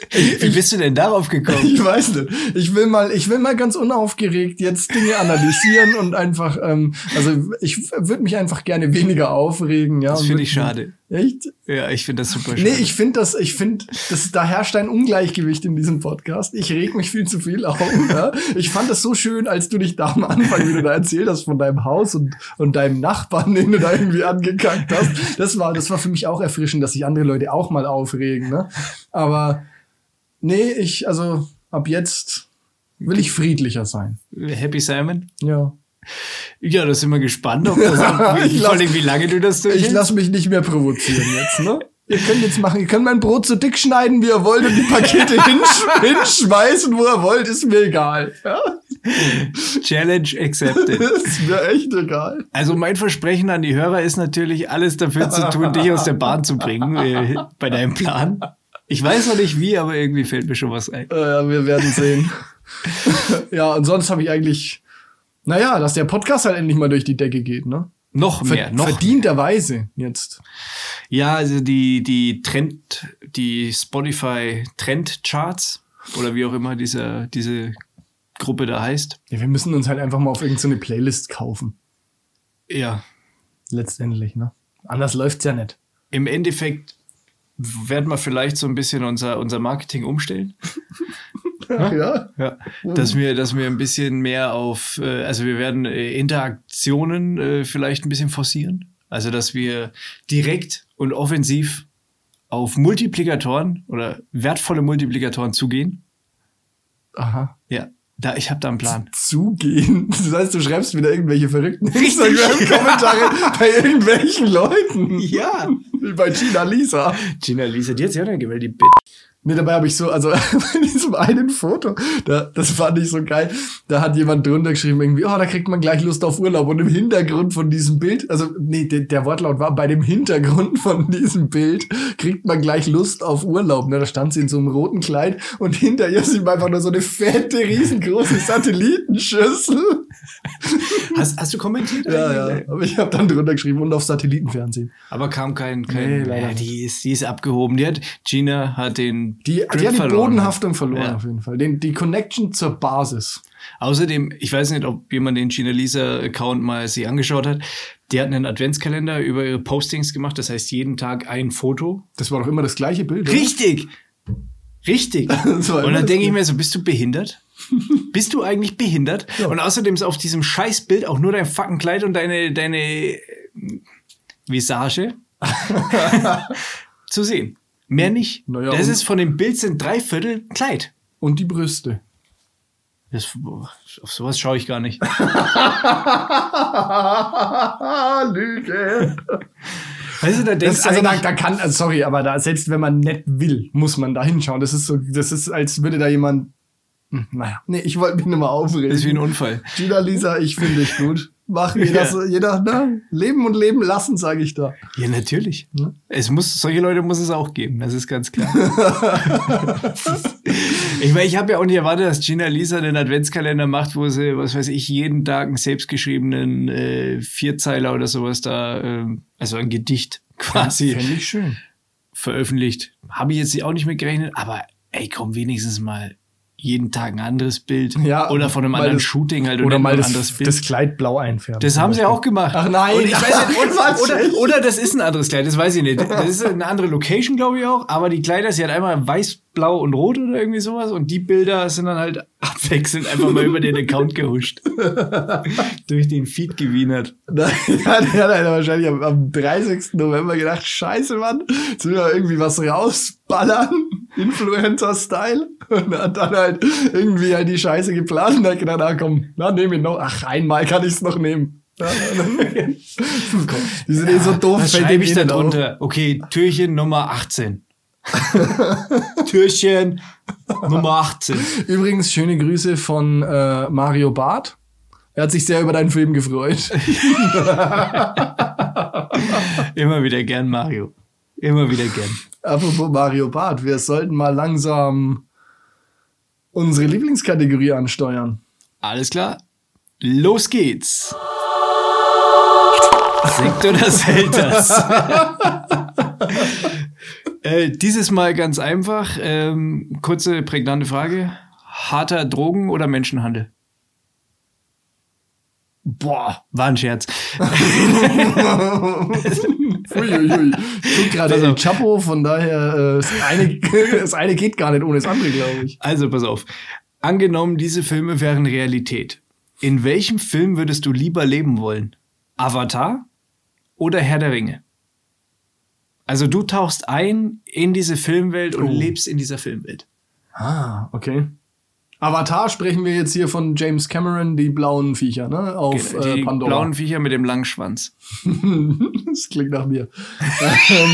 S2: Wie bist du denn darauf gekommen?
S3: Ich weiß nicht. Ich will mal, ich will mal ganz unaufgeregt jetzt Dinge analysieren und einfach, ähm, also ich würde mich einfach gerne weniger aufregen, ja.
S2: Das
S3: und
S2: finde
S3: würd-
S2: ich schade.
S3: Echt?
S2: Ja, ich finde das super schade.
S3: Nee, ich finde das, ich finde, das, da herrscht ein Ungleichgewicht in diesem Podcast. Ich reg mich viel zu viel auf. Ja? Ich fand das so schön, als du dich da am Anfang, wie du da erzählt hast, von deinem Haus und, und deinem Nachbarn, den du da irgendwie angekackt hast. Das war, das war für mich auch erfrischend, dass sich andere Leute auch mal aufregen. Ne? Aber nee, ich, also ab jetzt will ich friedlicher sein.
S2: Happy Simon?
S3: Ja.
S2: Ja, da sind wir gespannt, ob das,
S3: Ich
S2: wie,
S3: lass-
S2: vor allem, wie lange du das
S3: Ich
S2: durchhältst.
S3: lasse mich nicht mehr provozieren jetzt, ne? Ihr könnt jetzt machen, ihr könnt mein Brot so dick schneiden, wie ihr wollt, und die Pakete hinsch hinschmeißen, wo ihr wollt, ist mir egal. Ja?
S2: Challenge accepted.
S3: Ist mir echt egal.
S2: Also mein Versprechen an die Hörer ist natürlich, alles dafür zu tun, dich aus der Bahn zu bringen äh, bei deinem Plan. Ich weiß noch nicht wie, aber irgendwie fällt mir schon was ein.
S3: Äh, wir werden sehen. ja, und sonst habe ich eigentlich, naja, dass der Podcast halt endlich mal durch die Decke geht, ne?
S2: Noch
S3: Ver
S2: mehr, noch
S3: verdienterweise jetzt.
S2: Ja, also die, die Trend, die Spotify Trendcharts oder wie auch immer dieser, diese Gruppe da heißt.
S3: Ja, wir müssen uns halt einfach mal auf irgendeine Playlist kaufen.
S2: Ja,
S3: Letztendlich, ne? Anders läuft's ja nicht.
S2: im Endeffekt werden wir vielleicht so ein bisschen unser, unser Marketing umstellen.
S3: Ja.
S2: Ja,
S3: Mhm.
S2: dass wir, dass wir ein bisschen mehr auf, äh, also wir werden äh, Interaktionen äh, vielleicht ein bisschen forcieren. Also dass wir direkt und offensiv auf Multiplikatoren oder wertvolle Multiplikatoren zugehen.
S3: Aha.
S2: Ja, da ich habe da einen Plan.
S3: zugehen. Das heißt, du schreibst wieder irgendwelche verrückten Instagram-Kommentare bei irgendwelchen Leuten.
S2: Ja.
S3: Wie bei Gina Lisa.
S2: Gina Lisa, die hat sich auch nicht gewählt, die B.
S3: Nee, dabei habe ich so, also bei diesem einen Foto, da, das fand ich so geil, da hat jemand drunter geschrieben, irgendwie, oh, da kriegt man gleich Lust auf Urlaub. Und im Hintergrund von diesem Bild, also nee, der, der Wortlaut war, bei dem Hintergrund von diesem Bild kriegt man gleich Lust auf Urlaub. Ne, da stand sie in so einem roten Kleid und hinter ihr sieht man einfach nur so eine fette, riesengroße Satellitenschüssel.
S2: Hast, hast du kommentiert?
S3: Ja,
S2: eigentlich?
S3: ja. Aber ich habe dann drunter geschrieben und auf Satellitenfernsehen.
S2: Aber kam kein,
S3: Nee,
S2: kein
S3: leider
S2: ja, die ist, die ist abgehoben. Die hat, Gina hat den
S3: Die,
S2: Grip
S3: die hat die
S2: verloren.
S3: Bodenhaftung verloren,
S2: Ja.
S3: auf jeden Fall. Den, die Connection zur Basis.
S2: Außerdem, ich weiß nicht, ob jemand den Gina Lisa Account mal sich angeschaut hat. Die hatten einen Adventskalender über ihre Postings gemacht. Das heißt, jeden Tag ein Foto.
S3: Das war doch immer das gleiche Bild. oder?
S2: Richtig! Richtig!
S3: Das war
S2: Und
S3: immer
S2: dann
S3: das
S2: denke ich
S3: Bild.
S2: mir so, bist du behindert? bist du eigentlich behindert? Und außerdem ist auf diesem Scheißbild auch nur dein fucking Kleid und deine, deine äh, Visage zu sehen. Mehr nicht.
S3: Na ja,
S2: das
S3: und-
S2: ist von dem Bild sind drei Viertel Kleid.
S3: Und die Brüste.
S2: Das, boah, auf sowas schaue ich gar nicht.
S3: Lüge.
S2: Weißt du, da denkst
S3: Das, also
S2: du
S3: da, da kann, also sorry, aber da, selbst wenn man nett will, muss man da hinschauen. Das ist so, das ist, als würde da jemand. Hm, Naja. Nee, ich wollte mich nur mal aufregen.
S2: Das ist wie ein Unfall.
S3: Gina Lisa, ich finde dich gut. Mach jeder,
S2: Ja.
S3: so- jeder ne? Leben und Leben lassen, sage ich da.
S2: Ja, natürlich.
S3: Mhm.
S2: Es muss, solche Leute muss es auch geben, das ist ganz klar. ich meine, ich habe ja auch nicht erwartet, dass Gina Lisa einen Adventskalender macht, wo sie, was weiß ich, jeden Tag einen selbstgeschriebenen äh, Vierzeiler oder sowas da, ähm, also ein Gedicht quasi
S3: Fänd ich schön.
S2: veröffentlicht. Habe ich jetzt auch nicht mit gerechnet, aber ey, komm wenigstens mal jeden Tag ein anderes Bild
S3: Ja,
S2: oder von einem
S3: mal
S2: anderen
S3: das-
S2: Shooting halt
S3: Oder
S2: nicht
S3: mal
S2: nur ein
S3: das, das Kleid blau einfärben.
S2: Das haben sie
S3: Zum
S2: auch gemacht.
S3: Ach nein.
S2: Und ich weiß nicht,
S3: Was?
S2: und, oder, oder das ist ein anderes Kleid, das weiß ich nicht. Das ist eine andere Location, glaube ich auch. Aber die Kleider, sie hat einmal weiß, blau und rot oder irgendwie sowas. Und die Bilder sind dann halt abwechselnd einfach mal über den Account gehuscht. Durch den Feed gewienert.
S3: Da hat er dann wahrscheinlich am, am 30. November gedacht, scheiße, Mann, jetzt will er irgendwie was rausballern. Influencer-Style. Und hat dann halt irgendwie halt die Scheiße geplant und hat gedacht, ah komm, na nehm ihn noch. Ach, einmal kann ich's noch nehmen. Ja, dann- Komm, die sind eh so doof.
S2: Was
S3: fällt
S2: schreibe
S3: denen
S2: ich
S3: eh
S2: da
S3: nicht auf.
S2: drunter? Okay, Türchen Nummer 18. Türchen Nummer 18.
S3: Übrigens, schöne Grüße von äh, Mario Barth. Er hat sich sehr über deinen Film gefreut.
S2: Immer wieder gern, Mario. Immer wieder gern.
S3: Apropos Mario Barth, wir sollten mal langsam unsere Lieblingskategorie ansteuern.
S2: Alles klar? Los geht's. Sekt oder Selters? äh, dieses Mal ganz einfach. Ähm, kurze, prägnante Frage. Harter Drogen- oder Menschenhandel? Boah, war ein Scherz.
S3: Uiuiui. Ich guck gerade
S2: Pass
S3: El
S2: auf.
S3: Chapo, von daher, äh, das, eine, das eine geht gar nicht ohne das andere, glaube ich.
S2: Also, pass auf. Angenommen, diese Filme wären Realität. In welchem Film würdest du lieber leben wollen? Avatar oder Herr der Ringe? Also, du tauchst ein in diese Filmwelt und
S3: Oh.
S2: lebst in dieser Filmwelt.
S3: Ah, okay. Avatar sprechen wir jetzt hier von James Cameron, die blauen Viecher, ne? Auf
S2: Genau, die
S3: äh, Pandora.
S2: blauen Viecher mit dem langen Schwanz.
S3: das klingt nach mir.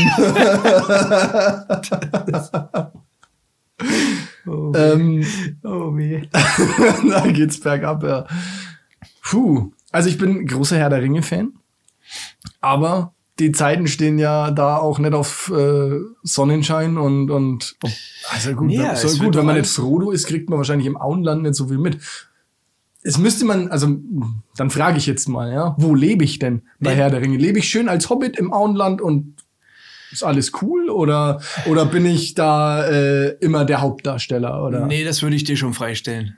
S2: Oh,
S3: Ähm,
S2: oh weh.
S3: da geht's bergab, ja. Puh. Also ich bin großer Herr der Ringe-Fan. Aber die Zeiten stehen ja da auch nicht auf äh, Sonnenschein und, und also gut,
S2: Ja,
S3: ja,
S2: es
S3: so
S2: wird halt
S3: gut
S2: doch
S3: wenn man
S2: alles-
S3: jetzt Frodo ist, kriegt man wahrscheinlich im Auenland nicht so viel mit. Es müsste man, also dann frage ich jetzt mal, ja, wo lebe ich denn bei
S2: Nee.
S3: Herr der Ringe? Lebe ich schön als Hobbit im Auenland und ist alles cool oder oder bin ich da äh, immer der Hauptdarsteller oder?
S2: Nee, das würde ich dir schon freistellen.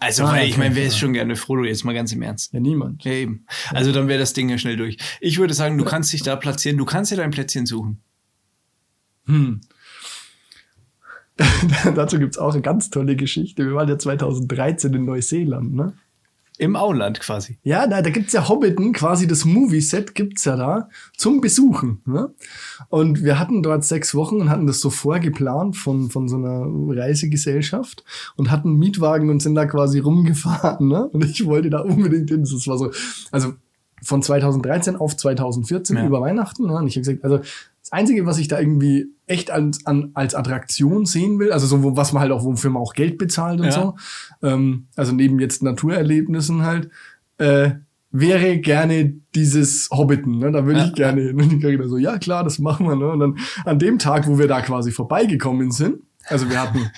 S2: Also,
S3: Ah,
S2: weil ich
S3: okay,
S2: meine, wer ist
S3: ja.
S2: schon gerne Frodo jetzt mal ganz im Ernst?
S3: Ja, niemand.
S2: Ja, eben. Also dann wäre das Ding ja schnell durch. Ich würde sagen, du kannst dich da platzieren, du kannst dir dein Plätzchen suchen.
S3: Hm. Dazu gibt's auch eine ganz tolle Geschichte. Wir waren ja 2013 in Neuseeland, ne?
S2: Im Auenland quasi.
S3: Ja, da, da gibt's ja Hobbiten, quasi das Movie-Set gibt's ja da zum Besuchen. Ne? Und wir hatten dort sechs Wochen und hatten das so vorgeplant von, von so einer Reisegesellschaft und hatten einen Mietwagen und sind da quasi rumgefahren. Ne? Und ich wollte da unbedingt hin. Das war so, also von 2013 auf 2014
S2: Ja.
S3: über Weihnachten. Ne? Und ich habe gesagt, also das Einzige, was ich da irgendwie echt an, an, als Attraktion sehen will, also so, wo- was man halt auch, wofür man auch Geld bezahlt und
S2: Ja.
S3: so, ähm, also neben jetzt Naturerlebnissen halt, äh, wäre gerne dieses Hobbiten, ne? da würde
S2: Ja.
S3: ich gerne hin. Und die Karina so, ja klar, das machen wir. Ne? Und dann an dem Tag, wo wir da quasi vorbeigekommen sind, also wir hatten,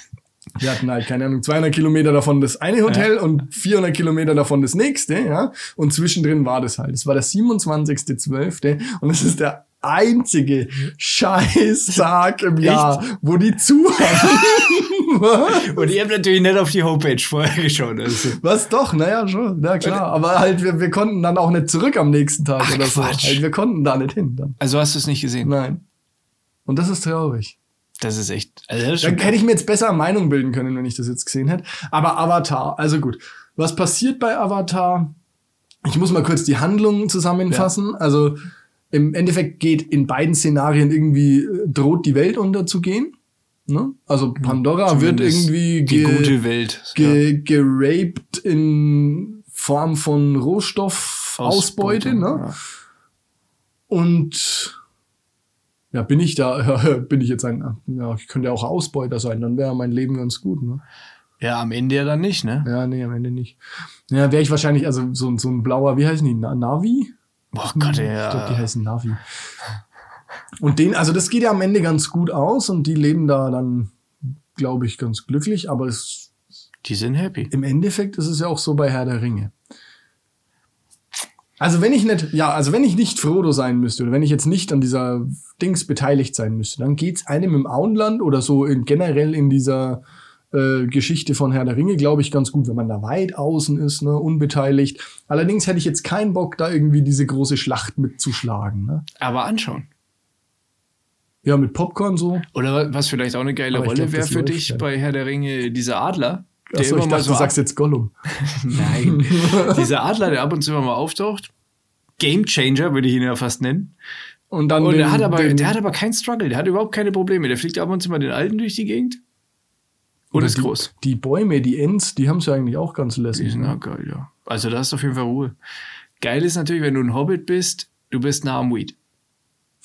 S3: wir hatten halt, keine Ahnung, 200 Kilometer davon das eine Hotel und 400 Kilometer davon das nächste, ja, und zwischendrin war das halt. Es war der 27.12. und es ist der einzige
S2: Mhm.
S3: Scheiß-Tag im Jahr, wo die zu haben.
S2: Und ihr habt natürlich nicht auf die Homepage vorher geschaut. Also.
S3: Was doch, naja, schon, na klar. Aber halt, wir, wir konnten dann auch nicht zurück am nächsten Tag
S2: Ach,
S3: oder so.
S2: Quatsch.
S3: Halt, wir konnten da nicht hin dann.
S2: also hast du es nicht gesehen.
S3: Nein. Und das ist traurig.
S2: Das ist echt. Also das ist
S3: Dann
S2: schon,
S3: hätte ich mir jetzt besser eine Meinung bilden können, wenn ich das jetzt gesehen hätte. Aber Avatar, also gut. Was passiert bei Avatar? Ich muss mal kurz die Handlung zusammenfassen. Also im Endeffekt geht in beiden Szenarien irgendwie äh, droht die Welt unterzugehen. Ne? Also Pandora wird
S2: zumindest
S3: irgendwie
S2: die
S3: ge-
S2: gute Welt. ja.
S3: ge geraped in Form von Rohstoffausbeute,
S2: Ausbeutung,
S3: ne?
S2: ja.
S3: Und ja, bin ich da, bin ich jetzt ein, ja, ich könnte ja auch Ausbeuter sein, dann wäre mein Leben ganz gut, ne?
S2: Ja, am Ende ja dann nicht, ne?
S3: Ja, nee, am Ende nicht. Ja, wäre ich wahrscheinlich, also so, ein- so ein blauer, wie heißen die? Na Navi? Hm,
S2: Boah Gott,
S3: Ich glaube, die
S2: ja.
S3: heißen Navi. Und den, also das geht ja am Ende ganz gut aus und die leben da dann, glaube ich, ganz glücklich, aber es,
S2: Die sind happy.
S3: im Endeffekt ist es ja auch so bei Herr der Ringe. Also wenn ich nicht, ja, also wenn ich nicht Frodo sein müsste oder wenn ich jetzt nicht an dieser Dings beteiligt sein müsste, dann geht's einem im Auenland oder so in, generell in dieser äh, Geschichte von Herr der Ringe, glaube ich, ganz gut, wenn man da weit außen ist, ne, unbeteiligt. Allerdings hätte ich jetzt keinen Bock, da irgendwie diese große Schlacht mitzuschlagen. Ne?
S2: Aber anschauen.
S3: Ja, mit Popcorn so.
S2: Oder wa- was vielleicht auch eine geile
S3: Aber ich
S2: Rolle
S3: glaub,
S2: wäre
S3: das
S2: für
S3: läuft
S2: dich
S3: ja.
S2: bei Herr der Ringe, dieser Adler. Der
S3: Achso, ich
S2: immer mal
S3: dachte,
S2: so
S3: du
S2: ab-
S3: sagst jetzt Gollum.
S2: Nein. Dieser Adler, der ab und zu mal auftaucht, Game Changer würde ich ihn ja fast nennen.
S3: Und dann.
S2: Und
S3: den,
S2: Oh, der hat, aber,
S3: den,
S2: der hat aber keinen Struggle, der hat überhaupt keine Probleme. Der fliegt ab und zu mal den Alten durch die Gegend und ist
S3: die,
S2: groß.
S3: Die Bäume, die Ents, die haben sie eigentlich auch ganz
S2: Die
S3: lässig. ne?
S2: sind auch geil, ja. Also da hast du auf jeden Fall Ruhe. Geil ist natürlich, wenn du ein Hobbit bist, du bist nah am Weed.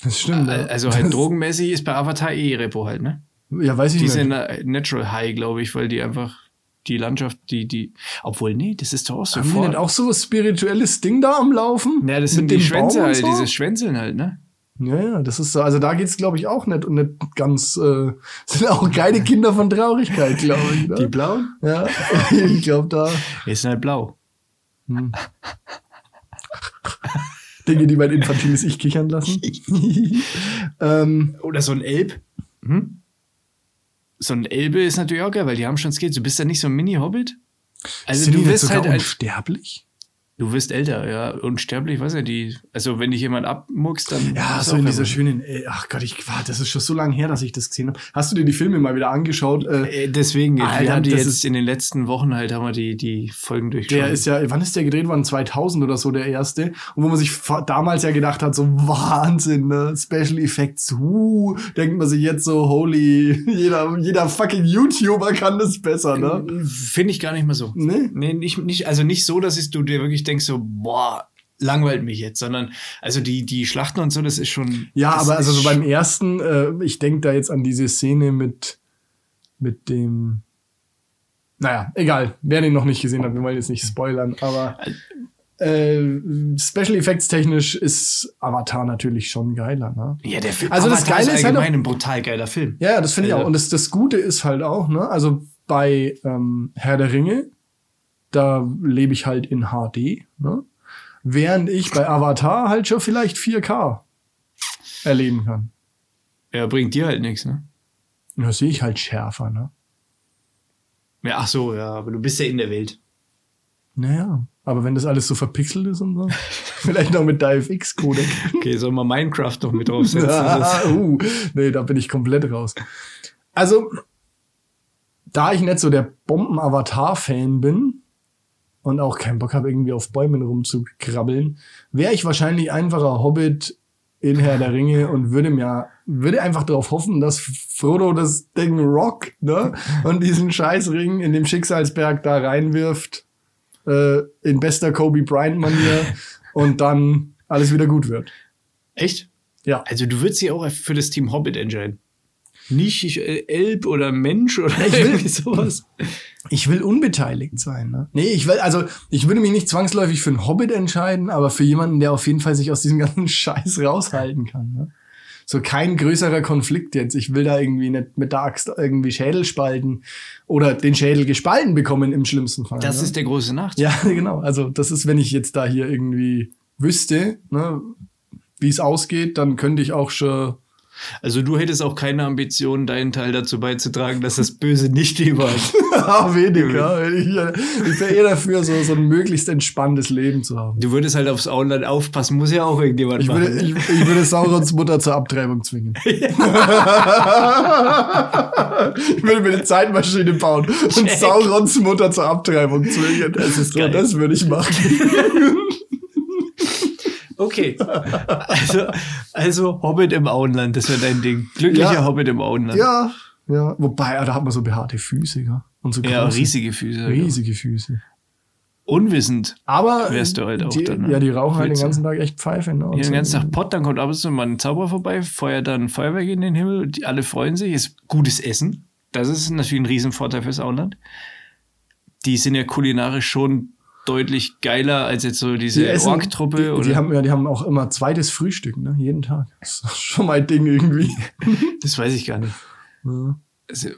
S3: Das stimmt. ja.
S2: Also halt
S3: das,
S2: drogenmäßig ist bei Avatar eh Repo halt, ne?
S3: Ja, weiß ich
S2: Die
S3: nicht.
S2: sind äh, natural high, glaube ich, weil die einfach die Landschaft, die, die. Obwohl, nee, das ist doch auch so.
S3: haben die
S2: vor-
S3: nicht auch so was spirituelles Ding da am Laufen?
S2: ja, das
S3: Mit
S2: sind die
S3: dem
S2: Schwänze
S3: Baum und
S2: halt,
S3: so?
S2: dieses Schwänzeln halt, ne?
S3: Ja, ja, das ist so. Also da geht's glaube ich, auch nicht und nicht ganz. Äh, sind auch keine Kinder von Traurigkeit, glaube ich. Ne?
S2: blauen?
S3: ja, ich glaube da hm.
S2: Die sind halt blau.
S3: Dinge, die mein infantiles Ich kichern lassen. ähm,
S2: Oder so ein Elb.
S3: Mhm.
S2: Hm? So ein Elbe ist natürlich auch geil, weil die haben schon Skills. Du bist ja nicht so ein Mini-Hobbit. Also
S3: sind
S2: du
S3: die nicht
S2: wirst
S3: sogar
S2: halt als,
S3: unsterblich.
S2: du wirst älter, ja, unsterblich, weiß ja die. Also wenn dich jemand abmuckst, dann
S3: Ja,
S2: ist
S3: so
S2: auch
S3: in dieser
S2: immer-
S3: schönen. Äh, ach Gott, ich war, das ist schon so lange her, dass ich das gesehen habe. Hast du dir die Filme mal wieder angeschaut? Äh,
S2: Äh, Deswegen, wir
S3: Alter,
S2: haben die
S3: das
S2: jetzt
S3: ist-
S2: in den letzten Wochen halt haben wir die die Folgen durchgeschaut.
S3: der ist ja, wann ist der gedreht worden? 2000 oder so der erste. Und wo man sich fa- damals ja gedacht hat, so Wahnsinn, ne? Special Effects, uh, denkt man sich jetzt so, holy, jeder, jeder fucking YouTuber kann das besser, ne?
S2: Finde ich gar nicht mal so.
S3: Ne?
S2: Nee, nicht, nicht, also nicht so, dass es, du dir wirklich denkst, so, boah, langweilt mich jetzt, sondern also die, die Schlachten und so, das ist schon.
S3: Ja,
S2: das
S3: aber also
S2: ist
S3: so beim ersten, äh, ich denk da jetzt an diese Szene mit, mit dem. Naja, egal. Wer den noch nicht gesehen hat, wir wollen jetzt nicht spoilern, aber äh, Special Effects technisch ist Avatar natürlich schon geiler, ne?
S2: Ja, der Film.
S3: Also das
S2: Avatar
S3: Geile ist halt
S2: allgemein ein brutal geiler Film.
S3: Ja, ja, das finde ich
S2: Also-
S3: auch. Und das, das Gute ist halt auch, ne? Also bei ähm, Herr der Ringe, da lebe ich halt in HD, ne? Während ich bei Avatar halt schon vielleicht 4K erleben kann.
S2: Ja, bringt dir halt nichts, ne?
S3: Da sehe ich halt schärfer, ne?
S2: Ja, ach so, ja, aber du bist ja in der Welt.
S3: Naja. Aber wenn das alles so verpixelt ist und so, vielleicht noch mit DivX-Codec.
S2: Okay, sollen wir Minecraft noch mit draufsetzen?
S3: Ah, uh, nee, da bin ich komplett raus. Also, da ich nicht so der Bomben-Avatar-Fan bin und auch keinen Bock habe, irgendwie auf Bäumen rumzukrabbeln, wäre ich wahrscheinlich einfacher Hobbit in Herr der Ringe und würde mir, würde einfach darauf hoffen, dass Frodo das Ding rockt, ne? Und diesen Scheißring in dem Schicksalsberg da reinwirft, äh, in bester Kobe Bryant-Manier und dann alles wieder gut wird.
S2: Echt?
S3: Ja.
S2: Also du würdest dich auch für das Team Hobbit entscheiden. Nicht ich, äh, Elb oder Mensch oder
S3: will-
S2: irgendwie sowas.
S3: Ich will unbeteiligt sein, ne? Nee, ich will, also ich würde mich nicht zwangsläufig für einen Hobbit entscheiden, aber für jemanden, der auf jeden Fall sich aus diesem ganzen Scheiß raushalten kann, ne? So kein größerer Konflikt jetzt. Ich will da irgendwie nicht mit der Axt irgendwie Schädel spalten oder den Schädel gespalten bekommen im schlimmsten Fall.
S2: Das
S3: ne?
S2: ist der große Nachteil.
S3: ja, genau. Also das ist, wenn ich jetzt da hier irgendwie wüsste, ne, wie es ausgeht, dann könnte ich auch schon
S2: Also du hättest auch keine Ambition, deinen Teil dazu beizutragen, dass das Böse nicht überall.
S3: Ah, weniger. Ich, ich wäre eher dafür, so, so ein möglichst entspanntes Leben zu haben.
S2: Du würdest halt aufs Auenland aufpassen, muss ja auch irgendjemand
S3: Ich
S2: machen.
S3: würde, ich, ich würde Saurons Mutter zur Abtreibung zwingen. ich würde mir eine Zeitmaschine bauen und Saurons Mutter zur Abtreibung zwingen. Das ist
S2: geil.
S3: Das würde ich machen.
S2: okay. Also, also Hobbit im Auenland, das wäre dein Ding. Glücklicher
S3: Ja.
S2: Hobbit im Auenland.
S3: ja, ja. Wobei, ah, da hat man so behaarte Füße, ja. Und so
S2: Ja,
S3: große,
S2: riesige Füße.
S3: riesige Füße.
S2: Unwissend.
S3: Aber
S2: Wärst du halt auch
S3: die,
S2: dann, ne?
S3: ja, die rauchen halt den
S2: Willst du-
S3: ganzen Tag echt Pfeife. Ne? und
S2: Hier den
S3: so.
S2: ganzen Tag Pott, dann kommt ab und zu mal ein Zauberer vorbei, feuert dann ein Feuerwerk in den Himmel, die, alle freuen sich, ist gutes Essen. Das ist natürlich ein Riesenvorteil fürs Auenland. Die sind ja kulinarisch schon deutlich geiler als jetzt so
S3: Die
S2: diese
S3: essen,
S2: Ork-Truppe.
S3: die, die
S2: oder-
S3: haben ja, die haben auch immer zweites Frühstück, ne? Jeden Tag. Das ist schon mein Ding irgendwie.
S2: Das weiß ich gar nicht.
S3: Ja.
S2: Also,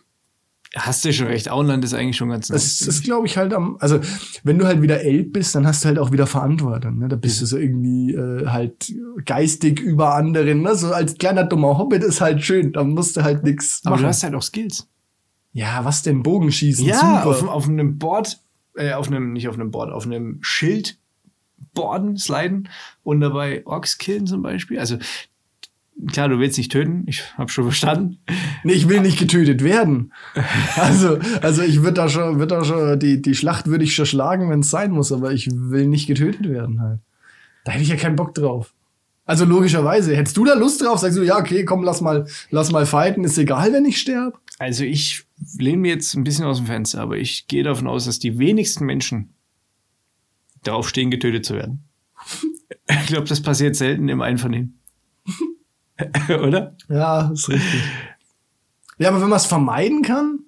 S2: hast du schon recht, Auenland ist eigentlich schon ganz
S3: Das ist, das glaube ich, halt am. Also, wenn du halt wieder elb bist, dann hast du halt auch wieder Verantwortung. Ne? Da bist du so irgendwie äh, halt geistig über anderen. Ne? So als kleiner dummer Hobbit ist halt schön. Da musst du halt nichts
S2: Aber
S3: machen.
S2: du hast halt auch Skills.
S3: ja, was denn? Bogenschießen?
S2: Ja, auf,
S3: super.
S2: auf einem Board, äh, auf einem, nicht auf einem Board, auf einem Schild boarden, sliden und dabei Orks killen zum Beispiel. Also, klar, du willst nicht töten, ich habe schon verstanden.
S3: Nee, ich will nicht getötet werden. Also, also ich würde da schon, würd da schon die, die Schlacht würde ich schon schlagen, wenn es sein muss, aber ich will nicht getötet werden halt. Da hätte ich ja keinen Bock drauf. Also logischerweise, hättest du da Lust drauf, sagst du, ja, okay, komm, lass mal, lass mal fighten, ist egal, wenn ich sterbe.
S2: Also ich lehne mir jetzt ein bisschen aus dem Fenster, aber ich gehe davon aus, dass die wenigsten Menschen darauf stehen, getötet zu werden. Ich glaube, das passiert selten im Einvernehmen. Oder?
S3: Ja, ist richtig. Ja, aber wenn man es vermeiden kann,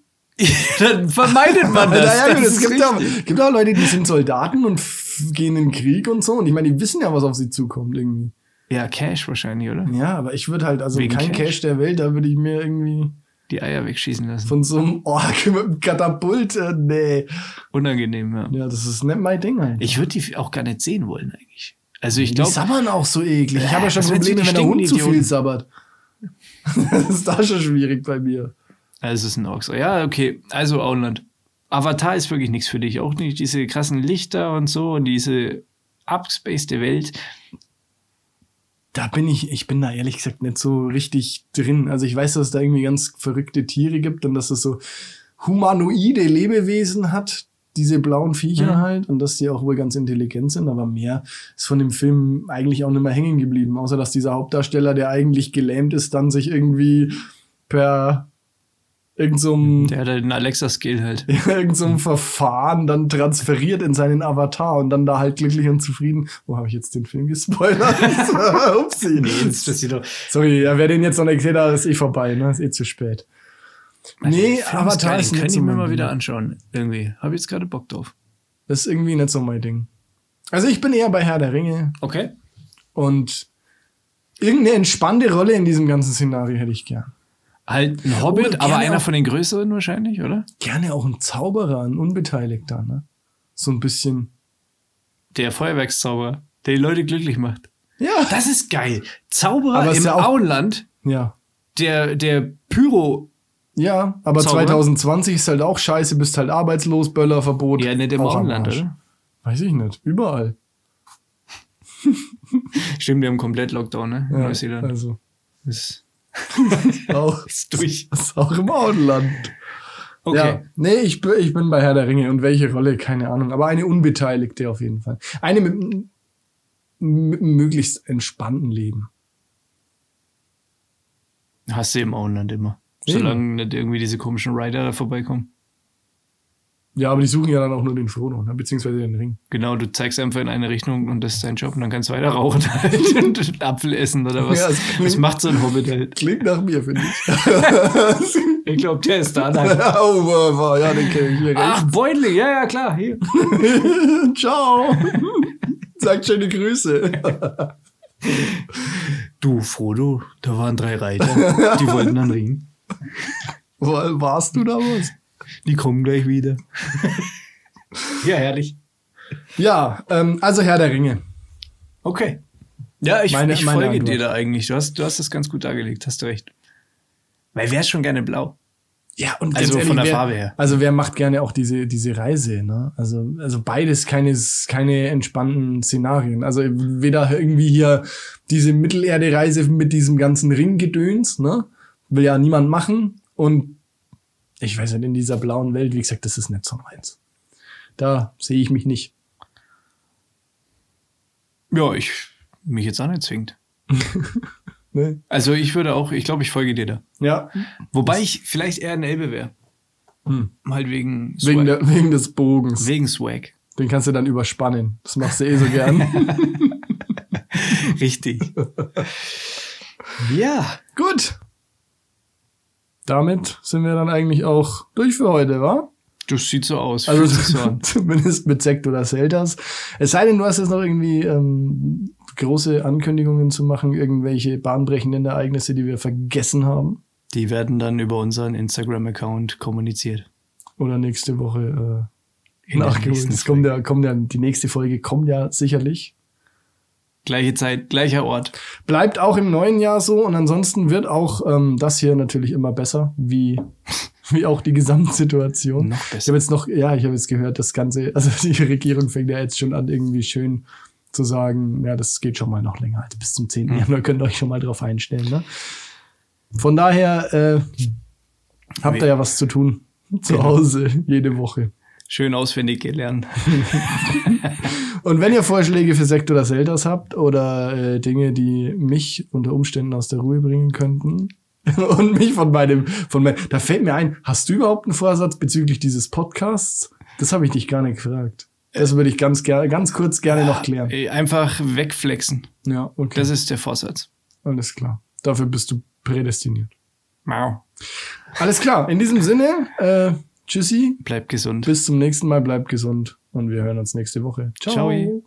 S2: Dann vermeidet man
S3: Aber
S2: das.
S3: na ja, gut,
S2: das
S3: es
S2: ist
S3: gibt auch,
S2: richtig.
S3: gibt auch Leute, die sind Soldaten und f- gehen in den Krieg und so. Und ich meine, die wissen ja, was auf sie zukommt irgendwie.
S2: ja, Cash wahrscheinlich, oder?
S3: Ja, aber ich würde halt, also
S2: Wegen
S3: kein
S2: Cash.
S3: Cash der Welt, da würde ich mir irgendwie
S2: Die Eier wegschießen lassen.
S3: von so einem Ork mit einem Katapult, äh, nee.
S2: Unangenehm, ja.
S3: Ja, das ist nicht mein Ding halt.
S2: Ich würde die auch gar nicht sehen wollen, eigentlich. Also ich
S3: Die
S2: glaube,
S3: sabbern auch so eklig. Ich habe ja schon
S2: Was, wenn sie
S3: Probleme,
S2: die
S3: wenn der Hund zu
S2: stinken,
S3: viel
S2: Idioten?
S3: sabbert. das ist da schon schwierig bei mir.
S2: es ist ein Orks. Ja, okay. Also Auenland. Avatar ist wirklich nichts für dich. Auch nicht diese krassen Lichter und so und diese abgespacede Welt.
S3: Da bin ich, ich bin da ehrlich gesagt nicht so richtig drin. Also ich weiß, dass es da irgendwie ganz verrückte Tiere gibt und dass es so humanoide Lebewesen hat, diese blauen Viecher
S2: Mhm.
S3: halt, und dass die auch wohl ganz intelligent sind, aber mehr ist von dem Film eigentlich auch nicht mehr hängen geblieben, außer dass dieser Hauptdarsteller, der eigentlich gelähmt ist, dann sich irgendwie per irgendeinem so einem-
S2: Der hat halt einen Alexa-Skill halt.
S3: in irgendeinem Verfahren dann transferiert in seinen Avatar und dann da halt glücklich und zufrieden. Wo habe ich jetzt den Film gespoilert? Upsi.
S2: Also
S3: Sorry, ja, wer den jetzt noch nicht gesehen hat, ist eh vorbei, ne? Ist eh zu spät. Nee,
S2: Der Film ist
S3: Avatar
S2: geil.
S3: ist
S2: Den
S3: nicht
S2: Könnte
S3: so
S2: ich mir
S3: mein
S2: mal
S3: Ding.
S2: wieder anschauen. Irgendwie. Habe jetzt gerade Bock drauf.
S3: Das ist irgendwie nicht so mein Ding. Also ich bin eher bei Herr der Ringe
S2: Okay.
S3: und irgendeine entspannte Rolle in diesem ganzen Szenario hätte ich gern.
S2: Halt ein Hobbit,
S3: Oh, gerne
S2: aber einer
S3: auch-
S2: von den größeren wahrscheinlich, oder?
S3: Gerne auch ein Zauberer, ein Unbeteiligter, ne? So ein bisschen.
S2: Der Feuerwerkszauber, der die Leute glücklich macht.
S3: Ja.
S2: Das ist geil. Zauberer
S3: Aber ist
S2: im
S3: ja auch-
S2: Auenland,
S3: Ja.
S2: der, der Pyro
S3: Ja, aber
S2: Zauber?
S3: 2020 ist halt auch scheiße, bist halt arbeitslos, Böllerverbot.
S2: Ja, nicht im
S3: Auch am
S2: Auenland,
S3: Arsch.
S2: oder?
S3: Weiß ich nicht. Überall.
S2: Stimmt, wir haben komplett Lockdown, ne? In
S3: Ja,
S2: Neuseeland.
S3: also.
S2: Ist,
S3: Auch,
S2: ist durch.
S3: ist auch im Auenland.
S2: Okay.
S3: Ja, nee, ich, bin- ich bin bei Herr der Ringe. Und welche Rolle, keine Ahnung. Aber eine unbeteiligte auf jeden Fall. Eine mit, einem- mit einem möglichst entspannten Leben.
S2: Hast du im Auenland immer.
S3: Eben.
S2: Solange nicht irgendwie diese komischen Rider da vorbeikommen.
S3: Ja, aber die suchen ja dann auch nur den Frodo, ne? beziehungsweise den Ring.
S2: Genau, du zeigst einfach in eine Richtung und das ist dein Job und dann kannst du weiter rauchen halt und einen Apfel essen oder was.
S3: Ja, es klingt-
S2: das macht so ein Hobbit halt.
S3: Klingt nach mir, finde ich.
S2: Ich glaube, der ist da dann.
S3: oh, war, war, ja, den kenne ich hier.
S2: Ach, Beutling, ja, ja, klar, hier.
S3: Ciao. Sagt schöne Grüße.
S2: Du, Frodo, da waren drei Reiter, die wollten dann Ring.
S3: War- Warst du da was?
S2: Die kommen gleich wieder. ja, herrlich.
S3: Ja, ähm, also Herr der Ringe.
S2: Okay. Ja, ich,
S3: Meine-
S2: ich
S3: meine
S2: folge
S3: Antwort.
S2: dir da eigentlich. Du hast, du hast das ganz gut dargelegt, hast du recht. Weil wär's schon gerne blau.
S3: Ja, und
S2: Also
S3: ganz
S2: von der
S3: wer,
S2: Farbe her.
S3: Also wer macht gerne auch diese, diese Reise, ne? Also, also beides keine, keine entspannten Szenarien. Also weder irgendwie hier diese Mittelerde-Reise mit diesem ganzen Ringgedöns, ne? Will ja niemand machen. Und ich weiß nicht, in dieser blauen Welt, wie gesagt, das ist nicht so meins. Da sehe ich mich nicht.
S2: Ja, ich mich jetzt auch nicht zwingend.
S3: Ne?
S2: Also ich würde auch, ich glaube, ich folge dir da.
S3: Ja,
S2: Wobei ich vielleicht eher ein Elbe wäre. Halt wegen Swag.
S3: Hm. wegen, der, wegen des Bogens.
S2: wegen Swag.
S3: Den kannst du dann überspannen. Das machst du eh so gern.
S2: Richtig. ja.
S3: Gut. Damit sind wir dann eigentlich auch durch für heute, wa?
S2: Das sieht so aus.
S3: Also
S2: Fühlt sich so an.
S3: zumindest mit Sekt oder Selters. Es sei denn, du hast jetzt noch irgendwie ähm, große Ankündigungen zu machen, irgendwelche bahnbrechenden Ereignisse, die wir vergessen haben.
S2: Die werden dann über unseren Instagram-Account kommuniziert.
S3: Oder nächste Woche äh,
S2: In der
S3: nachgeholt.
S2: nächsten
S3: Es kommt ja, kommt ja, die nächste Folge kommt ja sicherlich.
S2: Gleiche Zeit, gleicher Ort.
S3: Bleibt auch im neuen Jahr so und ansonsten wird auch ähm, das hier natürlich immer besser, wie, wie auch die Gesamtsituation.
S2: Noch
S3: Ich
S2: besser.
S3: habe jetzt noch, ja, ich habe jetzt gehört, das Ganze, also die Regierung fängt ja jetzt schon an, irgendwie schön zu sagen, ja, das geht schon mal noch länger als bis zum 10.
S2: Hm.
S3: Januar, könnt ihr euch schon mal drauf einstellen. Ne? Von daher äh, habt ihr ja was zu tun.
S2: Genau.
S3: Zu Hause, jede Woche.
S2: Schön auswendig gelernt.
S3: Und wenn ihr Vorschläge für Sektor das Elders habt oder äh, Dinge, die mich unter Umständen aus der Ruhe bringen könnten und mich von meinem, von meinem, da fällt mir ein, hast du überhaupt einen Vorsatz bezüglich dieses Podcasts? Das habe ich dich gar nicht gefragt. Das würde ich ganz gerne, ganz kurz gerne noch klären.
S2: Ey, Äh, Einfach wegflexen.
S3: Ja, okay.
S2: Das ist der Vorsatz.
S3: Alles klar. Dafür bist du prädestiniert.
S2: Wow.
S3: Alles klar. In diesem Sinne, äh, tschüssi.
S2: Bleib gesund.
S3: Bis zum nächsten Mal. Bleibt gesund. Und wir hören uns nächste Woche.
S2: Ciao.